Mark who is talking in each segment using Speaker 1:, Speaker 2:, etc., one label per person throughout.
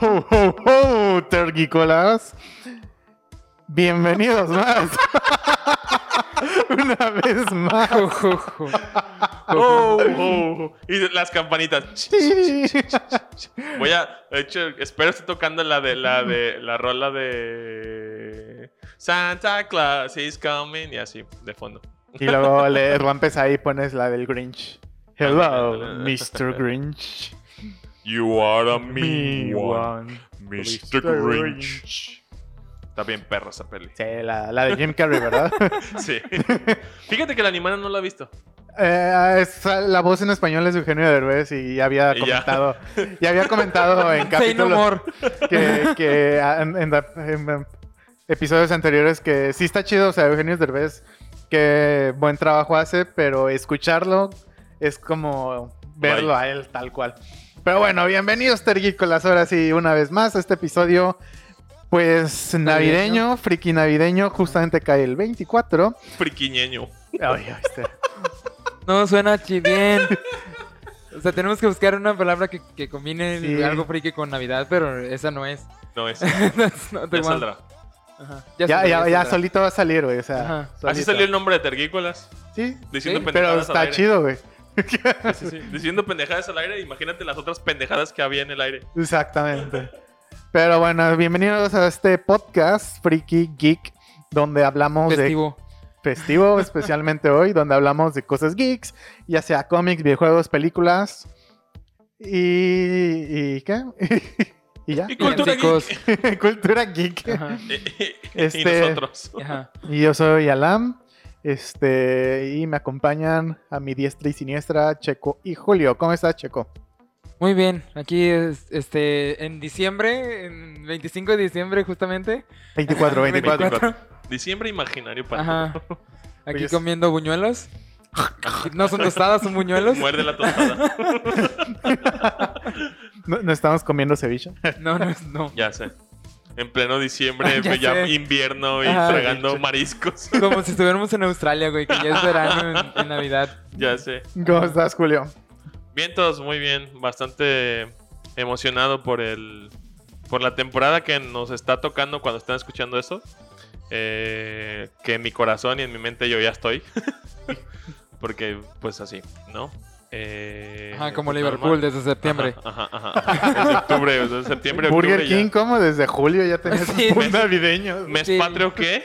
Speaker 1: oh, oh, tergicolas. Bienvenidos más. Una vez más.
Speaker 2: Oh, oh, y las campanitas. Voy a. De hecho, espero esté tocando la de la de la rola de Santa Claus is coming. Y así, de fondo.
Speaker 1: Y luego le rompes ahí y pones la del Grinch. Hello, Mr. Grinch.
Speaker 2: You are a mean
Speaker 1: Me
Speaker 2: one,
Speaker 1: one.
Speaker 2: Mr. Grinch. Está bien perra esa peli.
Speaker 1: Sí, la, la de Jim Carrey, ¿verdad?
Speaker 2: Sí. Fíjate que la animada no la he visto.
Speaker 1: Eh, es- la voz en español es de Eugenio Derbez y ya había
Speaker 2: Y ya.
Speaker 1: comentado, ya. había comentado en
Speaker 3: Say no
Speaker 1: capítulos
Speaker 3: more.
Speaker 1: que, que ah, en, en la- en- en episodios anteriores que sí está chido, o sea, Eugenio Derbez, que buen trabajo hace, pero escucharlo es como verlo
Speaker 2: Bye.
Speaker 1: a él tal cual. Pero bueno, bienvenidos Tergícolas, ahora sí, una vez más a este episodio, pues navideño,
Speaker 3: Navideño.
Speaker 1: friki navideño, justamente cae el 24.
Speaker 2: Friquiñeño.
Speaker 1: Ay, ay, este.
Speaker 3: No suena chi bien. O sea, tenemos que buscar una palabra que, que combine
Speaker 1: Sí.
Speaker 3: algo friki con Navidad, pero esa no es.
Speaker 2: No es.
Speaker 3: No te
Speaker 2: Ya
Speaker 3: guardo.
Speaker 2: saldrá.
Speaker 3: Ajá.
Speaker 1: Ya,
Speaker 3: saldrá,
Speaker 1: ya, ya
Speaker 3: saldrá.
Speaker 1: solito va a salir, güey. O sea,
Speaker 3: Ajá.
Speaker 2: Así
Speaker 1: solito.
Speaker 2: salió el nombre de Tergícolas.
Speaker 1: Sí,
Speaker 2: diciendo
Speaker 1: sí, pero
Speaker 2: pendejadas al
Speaker 1: está
Speaker 2: aire.
Speaker 1: chido, güey.
Speaker 2: Sí, sí. Diciendo pendejadas al aire, imagínate las otras pendejadas que había en el aire.
Speaker 1: Exactamente. Pero bueno, bienvenidos a este podcast Freaky Geek, donde hablamos
Speaker 3: Festivo.
Speaker 1: de festivo, especialmente hoy, donde hablamos de cosas geeks, ya sea cómics, videojuegos, películas y, y ¿qué? y ya.
Speaker 2: Y cultura
Speaker 3: Chicos.
Speaker 2: geek.
Speaker 1: Cultura geek.
Speaker 3: Ajá.
Speaker 2: y
Speaker 1: Este-
Speaker 2: nosotros.
Speaker 3: Ajá.
Speaker 1: Y yo soy Alam. Este, y me acompañan a mi diestra y siniestra, Checo y Julio. ¿Cómo estás, Checo?
Speaker 3: Muy bien, aquí es- este en diciembre, en 25 de diciembre justamente.
Speaker 1: 24, 24.
Speaker 2: 24. Diciembre imaginario para
Speaker 3: Ajá. Aquí
Speaker 1: Oye, es-
Speaker 3: comiendo buñuelos. No son tostadas, son buñuelos.
Speaker 2: Muerde la tostada.
Speaker 1: ¿No, no estamos comiendo ceviche?
Speaker 3: No, no, es- no.
Speaker 2: ya sé. En pleno diciembre,
Speaker 3: Ya
Speaker 2: ya
Speaker 3: sé.
Speaker 2: invierno y
Speaker 3: Ajá.
Speaker 2: tragando mariscos.
Speaker 3: Como si estuviéramos en Australia, güey, que ya es verano en, en Navidad.
Speaker 2: ya sé.
Speaker 1: ¿Cómo estás, Julio?
Speaker 2: Bien, todos muy bien. Bastante emocionado por el por la temporada que nos está tocando cuando están escuchando eso. Eh, que en mi corazón y en mi mente yo ya estoy. Porque, pues así, ¿no? Eh,
Speaker 3: Ajá, como
Speaker 2: pues,
Speaker 3: Liverpool
Speaker 2: normal.
Speaker 3: desde septiembre.
Speaker 2: Ajá, ajá, ajá. Desde octubre, desde septiembre,
Speaker 1: Burger
Speaker 2: octubre ya.
Speaker 1: King, ¿cómo? Desde julio ya tenías
Speaker 3: Sí.
Speaker 1: un navideño.
Speaker 2: ¿Mes
Speaker 3: Sí.
Speaker 2: patrio qué?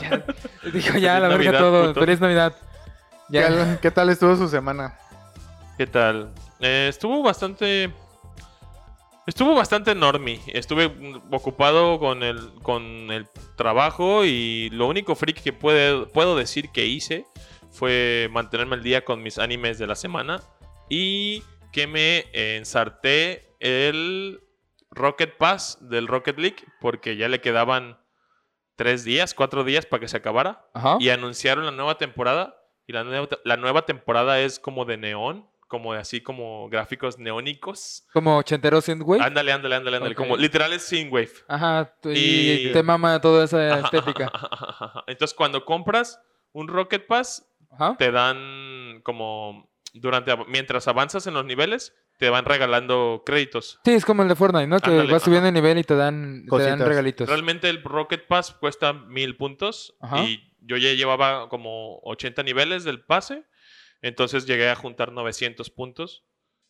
Speaker 3: Ya, dijo ya, la verga
Speaker 2: Navidad,
Speaker 3: todo.
Speaker 2: puto.
Speaker 3: Feliz Navidad.
Speaker 1: ¿Qué,
Speaker 3: Ya.
Speaker 1: tal- qué tal estuvo su semana?
Speaker 2: ¿Qué tal? Eh, estuvo bastante. Estuvo bastante enorme. Estuve mm, ocupado con el, con el trabajo y lo único freak que puede, puedo decir que hice fue mantenerme al día con mis animes de la semana y que me ensarté el Rocket Pass del Rocket League porque ya le quedaban tres días, cuatro días para que se acabara.
Speaker 3: Ajá.
Speaker 2: Y anunciaron la nueva temporada. Y la nueva, la nueva temporada es como de neón. Como de así como gráficos neónicos.
Speaker 3: Como ochentero Synthwave.
Speaker 2: Ándale, ándale, ándale, ándale.
Speaker 3: Ok.
Speaker 2: Como literal es Synwave.
Speaker 3: Ajá. tú- Y,
Speaker 2: Y-
Speaker 3: te mama toda esa estética.
Speaker 2: Entonces cuando compras un Rocket Pass,
Speaker 3: Ajá.
Speaker 2: te dan como durante mientras avanzas en los niveles, te van regalando créditos.
Speaker 3: Sí, es como el de Fortnite, ¿no? Que
Speaker 2: Ándale,
Speaker 3: vas subiendo
Speaker 2: ajá.
Speaker 3: de nivel y te dan, te dan
Speaker 1: Cositas.
Speaker 3: regalitos.
Speaker 2: Realmente el Rocket Pass cuesta mil puntos
Speaker 3: Pues Ajá.
Speaker 2: y yo ya llevaba como 80 niveles del pase, entonces llegué a juntar 900 puntos.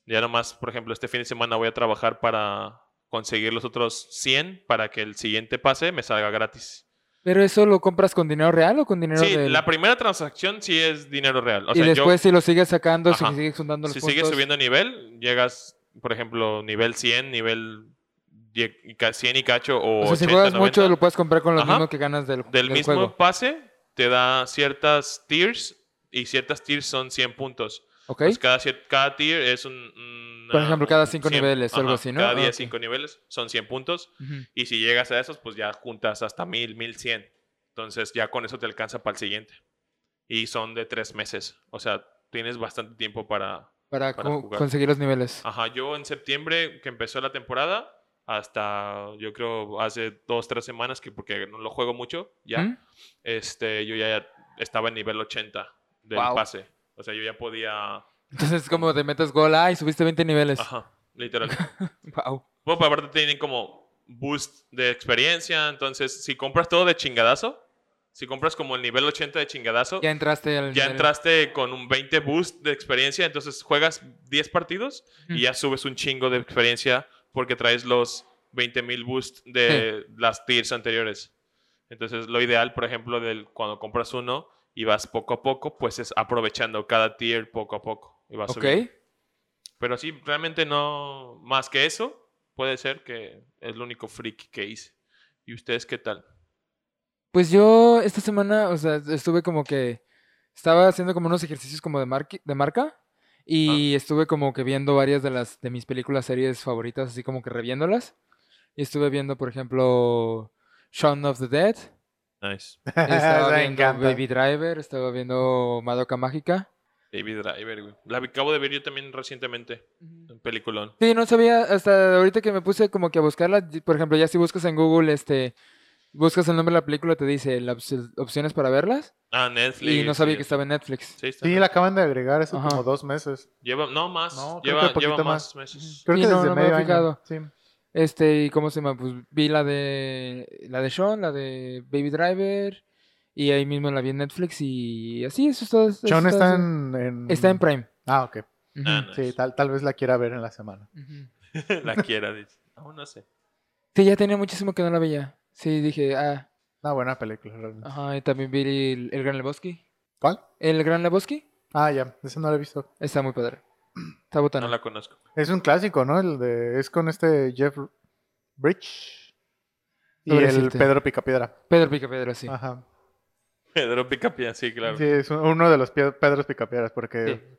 Speaker 2: Ya nomás, por ejemplo, este fin de semana voy a trabajar para conseguir los otros 100 para que el siguiente pase me salga gratis.
Speaker 3: Pero eso lo compras con dinero real o con dinero
Speaker 2: Sí,
Speaker 3: del-
Speaker 2: la primera transacción sí es dinero real. O
Speaker 3: y
Speaker 2: sea, yo-
Speaker 3: después si lo sigues sacando,
Speaker 2: Ajá.
Speaker 3: si sigues juntando los
Speaker 2: si
Speaker 3: puntos.
Speaker 2: sigues subiendo nivel, llegas, por ejemplo, nivel 100, nivel 10 y ca- 100 y cacho o,
Speaker 3: O sea,
Speaker 2: 80,
Speaker 3: si juegas mucho
Speaker 2: 90.
Speaker 3: lo puedes comprar con lo
Speaker 2: Ajá.
Speaker 3: mismo que ganas del,
Speaker 2: del mismo
Speaker 3: juego.
Speaker 2: pase te da ciertas tiers y ciertas tiers son 100 puntos.
Speaker 3: ¿Ok?
Speaker 2: Entonces, cada, cier- cada tier es un... una-
Speaker 3: Por ejemplo, cada cinco
Speaker 2: 100,
Speaker 3: niveles o algo así, ¿no?
Speaker 2: Cada
Speaker 3: Ah,
Speaker 2: día
Speaker 3: ok.
Speaker 2: 5 niveles son 100 puntos
Speaker 3: Ujú.
Speaker 2: y si llegas a esos pues ya juntas hasta 1000, 1100. Entonces ya con eso te alcanza para el siguiente. Y son de 3 meses. O sea, tienes bastante tiempo para...
Speaker 3: Para,
Speaker 2: para
Speaker 3: co-
Speaker 2: jugar. Ah,
Speaker 3: conseguir los niveles.
Speaker 2: Ajá, yo en septiembre que empezó la temporada hasta yo creo hace 2, 3 semanas que porque no lo juego mucho ya
Speaker 3: ¿Mm?
Speaker 2: este, yo ya estaba en nivel 80 del
Speaker 3: Wow.
Speaker 2: pase. O sea, yo ya podía. Ah.
Speaker 3: Entonces como te metes gol, ay, subiste 20 niveles.
Speaker 2: Ajá, literal.
Speaker 3: Wow.
Speaker 2: Bueno, pero aparte tienen como boost de experiencia. Entonces, si compras todo de chingadazo, si compras como el nivel 80 de chingadazo,
Speaker 3: Ya entraste al.
Speaker 2: ya
Speaker 3: al-
Speaker 2: entraste con un 20 boost de experiencia, entonces juegas 10 partidos
Speaker 3: Mm.
Speaker 2: y ya subes un chingo de experiencia porque traes los 20.000 boost de las tiers anteriores. Entonces, lo ideal, por ejemplo, del cuando compras uno y vas poco a poco, pues es aprovechando cada tier poco a poco y vas
Speaker 3: Ok.
Speaker 2: subiendo. Pero sí, realmente no más que eso, puede ser que es el único freak que hice. ¿Y ustedes qué tal?
Speaker 3: Pues yo esta semana, o sea, estuve como que. Estaba haciendo como unos ejercicios como de, marque- de marca. Y estuve como que viendo varias de las de mis películas, series favoritas, así como que reviéndolas. Y estuve viendo, por ejemplo, Shaun of the Dead.
Speaker 2: Nice.
Speaker 3: Estaba
Speaker 1: Me
Speaker 3: viendo
Speaker 1: encanta.
Speaker 3: Baby Driver, estaba viendo Madoka Mágica.
Speaker 2: David Driver, güey. La acabo de ver yo también recientemente, un peliculón.
Speaker 3: Sí, no sabía hasta ahorita que me puse como que a buscarla. di- Por ejemplo, ya si buscas en Google, este, buscas el nombre de la película, te dice las opciones para verlas.
Speaker 2: Ah, Netflix.
Speaker 3: Y no sabía
Speaker 2: sí.
Speaker 3: que estaba en Netflix.
Speaker 2: Sí, está
Speaker 1: Sí,
Speaker 2: bien.
Speaker 1: la acaban de agregar hace
Speaker 3: Ajá.
Speaker 1: como dos meses.
Speaker 2: Lleva, no más,
Speaker 1: No, creo
Speaker 2: lleva,
Speaker 1: que poquito
Speaker 2: lleva más
Speaker 1: más.
Speaker 2: meses.
Speaker 1: Creo
Speaker 3: Sí,
Speaker 1: que
Speaker 3: no,
Speaker 1: desde
Speaker 3: no me
Speaker 1: medio
Speaker 3: había
Speaker 1: año.
Speaker 3: fijado.
Speaker 1: Sí.
Speaker 3: Este, ¿y cómo se llama? Pues vi la de la de Sean, la de Baby Driver. Y ahí mismo la vi en Netflix y así, eso está. eso
Speaker 1: Sean
Speaker 3: está
Speaker 1: está
Speaker 3: así.
Speaker 1: en, en-
Speaker 3: Está en Prime.
Speaker 1: Ah, ok.
Speaker 3: Ujú,
Speaker 2: Ah, nice.
Speaker 1: Sí, tal, tal vez la quiera ver en la semana.
Speaker 3: ujú.
Speaker 2: la quiera, dice. No, no sé.
Speaker 3: Sí, ya tenía muchísimo que no la veía. Sí, dije, ah,
Speaker 1: Una buena película, realmente.
Speaker 3: ajá, y también vi el, el Gran Lebowski.
Speaker 1: ¿Cuál?
Speaker 3: El Gran Lebowski
Speaker 1: Ah, ya, ese no lo he visto.
Speaker 3: está muy padre. Está botana.
Speaker 2: No la conozco.
Speaker 1: Es un clásico, ¿no? El de, es con este Jeff Bridge y
Speaker 3: Sobre
Speaker 1: el
Speaker 3: decirte.
Speaker 1: Pedro Picapiedra.
Speaker 3: Pedro Pica Pedro, sí.
Speaker 1: Ajá.
Speaker 2: Pedro Picapia, sí, claro.
Speaker 1: Sí, es un- uno de los pie- Pedros Picapiedras, porque...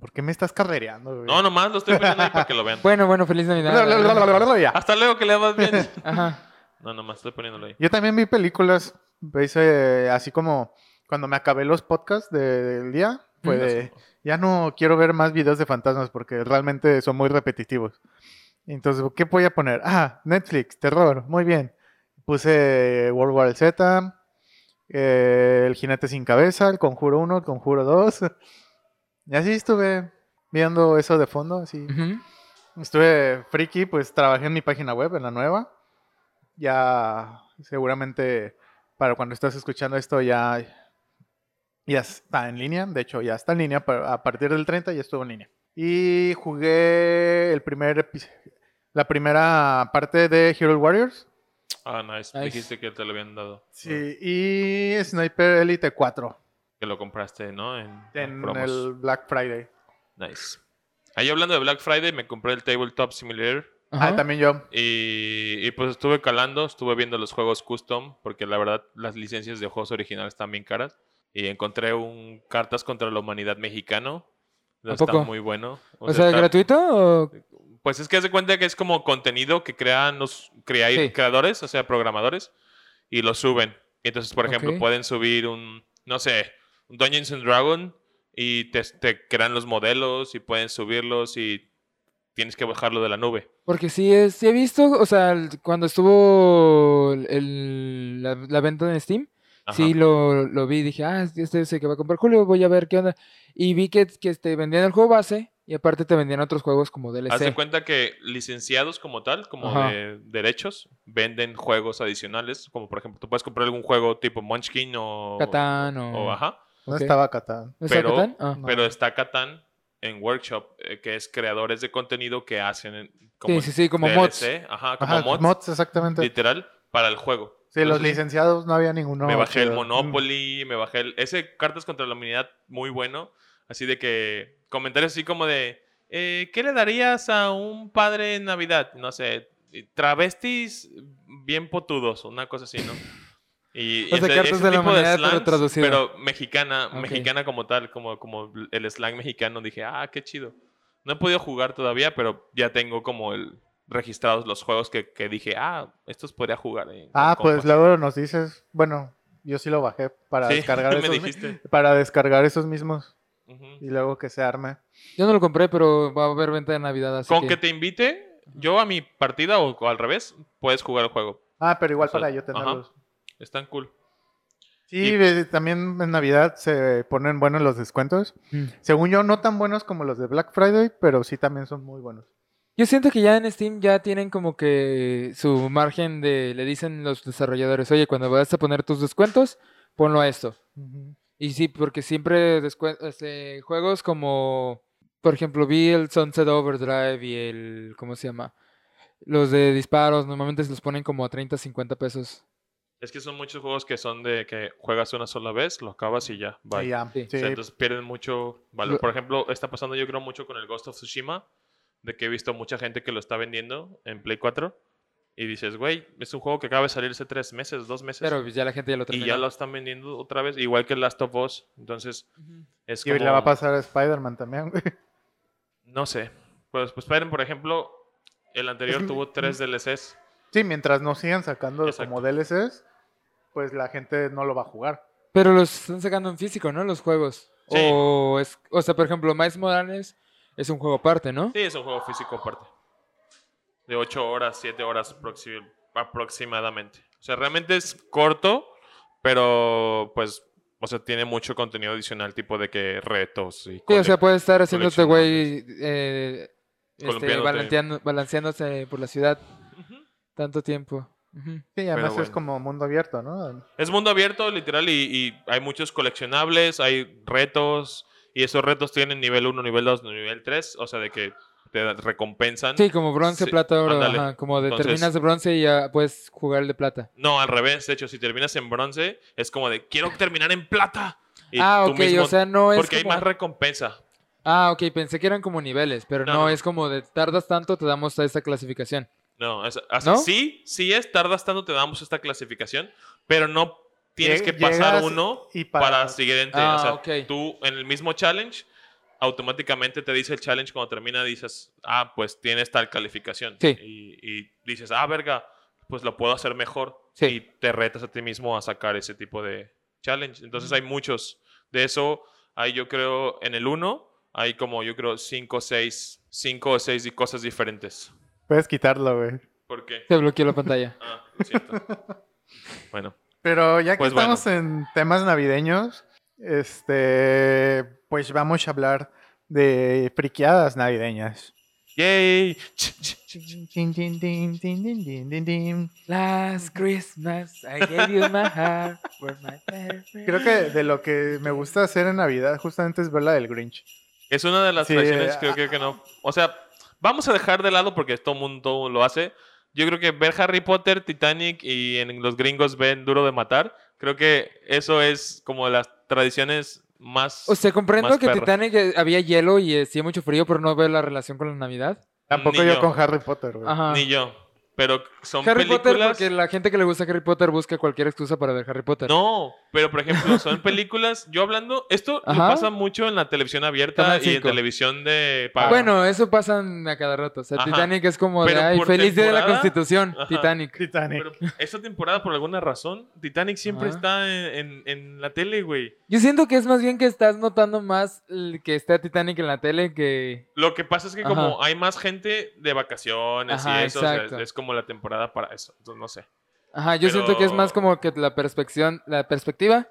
Speaker 1: ¿Por qué me estás carrereando, güey?
Speaker 2: No, nomás lo estoy poniendo ahí para que lo vean.
Speaker 3: Bueno, bueno, feliz Navidad.
Speaker 1: Bla, bla, bla, bla, bla, bla, ya.
Speaker 2: Hasta luego que le vas bien.
Speaker 3: Ajá.
Speaker 2: No, nomás estoy poniéndolo ahí.
Speaker 1: Yo también vi películas, pues, eh, así como cuando me acabé los podcasts de- del día, pues
Speaker 3: Ujú.
Speaker 1: de- ya no quiero ver más videos de fantasmas porque realmente son muy repetitivos. Entonces, ¿qué voy a poner? Ah, Netflix, terror, muy bien. Puse World War Z, eh, El jinete sin cabeza, El conjuro 1, El conjuro 2. Y así estuve viendo eso de fondo, así.
Speaker 3: Ujú.
Speaker 1: Estuve friki, pues trabajé en mi página web, en la nueva. Ya seguramente para cuando estás escuchando esto ya, ya está en línea. De hecho, ya está en línea. pa- A partir del 30 ya estuvo en línea. Y jugué el primer epi- la primera parte de Hero Warriors.
Speaker 2: Ah, nice.
Speaker 3: Nice.
Speaker 2: Dijiste que te lo habían dado.
Speaker 1: Sí, y Sniper Elite 4
Speaker 2: Que lo compraste, ¿no? En, en
Speaker 1: en
Speaker 2: Ah, promos.
Speaker 1: el Black Friday.
Speaker 2: Nice. Ahí hablando de Black Friday, me compré el Tabletop Simulator.
Speaker 1: Ah,
Speaker 3: Ajá.
Speaker 1: también yo.
Speaker 2: Y, y pues estuve calando, estuve viendo los juegos custom, porque la verdad las licencias de juegos originales están bien caras. Y encontré un Cartas contra la Humanidad mexicano.
Speaker 3: ¿A
Speaker 2: Está
Speaker 3: poco?
Speaker 2: muy bueno. O
Speaker 3: O
Speaker 2: sea, Pues
Speaker 3: sea,
Speaker 2: está-
Speaker 3: ¿gratuito o...?
Speaker 2: Pues es que hace cuenta que es como contenido que crean los crea-
Speaker 3: Sí.
Speaker 2: creadores, o sea, programadores, y lo suben. Entonces, por ejemplo,
Speaker 3: Ok.
Speaker 2: pueden subir un, no sé, un Dungeons and Dragon y te, te crean los modelos y pueden subirlos y tienes que bajarlo de la nube.
Speaker 3: Porque sí, es, sí he visto, o sea, el- cuando estuvo el- el- la, la venta en Steam,
Speaker 2: Ajá.
Speaker 3: sí lo, lo vi, dije, ah, este sé que va a comprar Julio, voy a ver qué onda. Y vi que, que te vendían el juego base y aparte te vendían otros juegos como DLC.
Speaker 2: Haz de cuenta que licenciados como tal, como
Speaker 3: Ajá.
Speaker 2: de derechos, venden juegos adicionales. Como por ejemplo, tú puedes comprar algún juego tipo Munchkin o.
Speaker 3: Catán o...
Speaker 2: o ajá.
Speaker 1: No
Speaker 3: Ok.
Speaker 1: estaba Catán.
Speaker 3: ¿No está
Speaker 2: pero-
Speaker 3: Catán? Ah.
Speaker 1: No.
Speaker 2: Pero está Catán en Workshop, eh, que es creadores de contenido que hacen en- como
Speaker 3: sí, sí, sí, como
Speaker 2: DLC,
Speaker 3: mods.
Speaker 2: Ajá, como
Speaker 1: Ajá,
Speaker 2: mods,
Speaker 1: mods, exactamente.
Speaker 2: literal, para el juego.
Speaker 1: Sí, los
Speaker 2: Entonces,
Speaker 1: licenciados no había ninguno.
Speaker 2: me bajé el
Speaker 3: mm.
Speaker 1: chido.
Speaker 2: Monopoly, me bajé el... Ese Cartas contra la Humanidad, muy bueno. Así de que comentarios así como de, eh, ¿qué le darías a un padre en Navidad? No sé, travestis bien potudos, una cosa así, ¿no? Y, y
Speaker 3: O sea,
Speaker 2: ese-
Speaker 3: Cartas
Speaker 2: ese
Speaker 3: de la
Speaker 2: tipo
Speaker 3: Humanidad, pero
Speaker 2: slangs,
Speaker 3: traducido.
Speaker 2: pero mexicana,
Speaker 3: Ok.
Speaker 2: mexicana como tal, como, como el slang mexicano. Dije, ah, qué chido. No he podido jugar todavía, pero ya tengo como el registrados los juegos que, que dije, ah, estos podría jugar. eh, con
Speaker 1: Ah, pues
Speaker 2: compas".
Speaker 1: luego nos dices, bueno, yo sí lo bajé para
Speaker 2: Sí,
Speaker 1: descargar
Speaker 2: me
Speaker 1: esos, mi-
Speaker 2: dijiste.
Speaker 1: para descargar esos mismos
Speaker 2: Ujú.
Speaker 1: y luego que se arme.
Speaker 3: Yo no lo compré, pero va a haber venta de Navidad, así
Speaker 2: Con
Speaker 3: que...
Speaker 2: que te invite yo a mi partida o o al revés, puedes jugar el juego.
Speaker 1: Ah, pero igual
Speaker 2: O sea,
Speaker 1: para yo
Speaker 2: ajá.
Speaker 1: tenerlos.
Speaker 2: Están cool.
Speaker 1: Sí,
Speaker 2: Y-
Speaker 1: ve- también en Navidad se ponen buenos los descuentos.
Speaker 3: Mm.
Speaker 1: Según yo, no tan buenos como los de Black Friday, pero sí también son muy buenos.
Speaker 3: Yo siento que ya en Steam ya tienen como que su margen de, le dicen los desarrolladores, oye, cuando vas a poner tus descuentos, ponlo a esto.
Speaker 1: Ujú.
Speaker 3: Y sí, porque siempre descue- este, juegos como, por ejemplo, vi el Sunset Overdrive y el, ¿cómo se llama? Los de disparos, normalmente se los ponen como a 30, 50 pesos.
Speaker 2: Es que son muchos juegos que son de que juegas una sola vez, lo acabas y ya, bye.
Speaker 1: Y ya,
Speaker 3: Sí.
Speaker 2: O sea,
Speaker 1: sí.
Speaker 2: entonces pierden mucho valor.
Speaker 3: Lo-
Speaker 2: Por ejemplo, está pasando yo creo mucho con el Ghost of Tsushima, de que he visto mucha gente que lo está vendiendo en Play 4 y dices, güey, es un juego que acaba de salir hace tres meses, dos meses,
Speaker 3: Pero pues, ya la gente ya lo
Speaker 2: y
Speaker 3: terminó.
Speaker 2: ya lo están vendiendo otra vez, igual que Last of Us. Entonces,
Speaker 3: Ujú.
Speaker 2: es
Speaker 1: Y
Speaker 2: como...
Speaker 1: le va a pasar a Spider-Man también, güey.
Speaker 2: No sé. Pues, pues Spider-Man, por ejemplo, el anterior tuvo tres DLCs.
Speaker 1: Sí, mientras no sigan sacando
Speaker 2: Exacto.
Speaker 1: como DLCs, pues la gente no lo va a jugar.
Speaker 3: Pero los están sacando en físico, ¿no? Los juegos.
Speaker 2: Sí.
Speaker 3: O, es, o sea, por ejemplo, Miles Morales es un juego aparte, ¿no?
Speaker 2: Sí, es un juego físico aparte. De 8 horas, 7 horas aproxi- aproximadamente. O sea, realmente es corto, pero pues, o sea, tiene mucho contenido adicional, tipo de que retos y
Speaker 3: Sí, o sea,
Speaker 2: cole-
Speaker 3: puede estar haciéndote,
Speaker 2: coleccionables.
Speaker 3: güey, eh, este,
Speaker 2: Columpiándote.
Speaker 3: balanceando- balanceándose por la ciudad
Speaker 2: Ujú.
Speaker 3: tanto tiempo. Ujú.
Speaker 1: Sí, y además es
Speaker 2: bueno.
Speaker 1: como mundo abierto, ¿no?
Speaker 2: Es mundo abierto, literal, y, y hay muchos coleccionables, hay retos, y esos retos tienen nivel 1, nivel 2, nivel 3, o sea, de que te da- recompensan.
Speaker 3: Sí, como bronce,
Speaker 2: Sí,
Speaker 3: plata, oro.
Speaker 2: ándale.
Speaker 3: ajá, como de
Speaker 2: Entonces-
Speaker 3: terminas de bronce y ya puedes jugar el de plata.
Speaker 2: No, al revés, de hecho, si terminas en bronce, es como de quiero terminar en plata. Y
Speaker 3: ah,
Speaker 2: tú
Speaker 3: ok,
Speaker 2: mismo-
Speaker 3: o sea, no es.
Speaker 2: porque hay
Speaker 3: como-
Speaker 2: más recompensa.
Speaker 3: Ah, ok, pensé que eran como niveles, pero
Speaker 2: No,
Speaker 3: no,
Speaker 2: no, no.
Speaker 3: es como de tardas tanto, te damos a esta clasificación.
Speaker 2: No, es, así-
Speaker 3: ¿No?
Speaker 2: sí, sí es, tardas tanto, te damos esta clasificación, pero no tienes
Speaker 1: Lle-
Speaker 2: que pasar
Speaker 1: llegas
Speaker 2: uno
Speaker 1: y para-
Speaker 2: para, siguiente.
Speaker 3: Ah,
Speaker 2: o sea,
Speaker 3: ok.
Speaker 2: tú en el mismo challenge, automáticamente te dice el challenge cuando termina, dices, ah, pues tienes tal calificación.
Speaker 3: Sí.
Speaker 2: Y, y dices, ah, verga, pues lo puedo hacer mejor.
Speaker 3: Sí.
Speaker 2: Y te retas a ti mismo a sacar ese tipo de challenge. Entonces hay muchos. De eso hay, yo creo, en el uno, hay como, yo creo, cinco o seis, cinco o seis di- cosas diferentes.
Speaker 1: Puedes quitarlo, güey.
Speaker 2: ¿Por qué?
Speaker 3: Te bloqueó la pantalla.
Speaker 2: Ah, lo siento. bueno,
Speaker 1: Pero ya que
Speaker 2: Pues bueno.
Speaker 1: estamos en temas navideños, este, pues vamos a hablar de friqueadas navideñas.
Speaker 2: yay.
Speaker 1: Tin, tin, tin, tin, tin, tin, tin, tin.
Speaker 3: Last Christmas, I gave you my heart for my favorite.
Speaker 1: Creo que de lo que me gusta hacer en Navidad justamente es ver la del Grinch.
Speaker 2: Es una de las
Speaker 1: Sí,
Speaker 2: tradiciones
Speaker 1: ah.
Speaker 2: creo que, que no. O sea, vamos a dejar de lado porque todo mundo lo hace. Yo creo que ver Harry Potter, Titanic y en los gringos ven Duro de Matar, creo que eso es como las tradiciones más.
Speaker 3: O sea, comprendo
Speaker 2: Más
Speaker 3: que
Speaker 2: perro.
Speaker 3: Titanic eh, había hielo y hacía mucho frío, pero no veo la relación con la Navidad.
Speaker 1: Tampoco
Speaker 2: Ni
Speaker 1: yo
Speaker 2: yo.
Speaker 1: con Harry Potter, güey.
Speaker 3: Ajá.
Speaker 2: Ni yo. Pero son
Speaker 3: Harry Potter,
Speaker 2: películas.
Speaker 3: porque la gente que le gusta Harry Potter busca cualquier excusa para ver Harry Potter.
Speaker 2: No, pero por ejemplo, son películas. Yo hablando, esto lo
Speaker 3: Ajá.
Speaker 2: pasa mucho en la televisión abierta
Speaker 3: Canal
Speaker 2: y en
Speaker 3: 5.
Speaker 2: televisión de pago.
Speaker 3: Bueno, eso pasan a cada rato. O sea,
Speaker 2: Ajá.
Speaker 3: Titanic es como
Speaker 2: Pero
Speaker 3: de, ay,
Speaker 2: por
Speaker 3: feliz día de la
Speaker 2: temporada,
Speaker 3: Constitución,
Speaker 2: ajá.
Speaker 3: Titanic.
Speaker 1: Titanic.
Speaker 2: Pero esta temporada, por alguna razón, Titanic siempre
Speaker 3: Ajá.
Speaker 2: está en, en- en la tele, güey.
Speaker 3: Yo siento que es más bien que estás notando más el que está Titanic en la tele que...
Speaker 2: Lo que pasa es que
Speaker 3: Ajá.
Speaker 2: como hay más gente de vacaciones
Speaker 3: Ajá,
Speaker 2: y eso, o sea,
Speaker 3: exacto.
Speaker 2: es como la temporada para eso. Entonces, no sé.
Speaker 3: Ajá, yo siento que es más
Speaker 2: Pero-
Speaker 3: como que la perspección, la perspectiva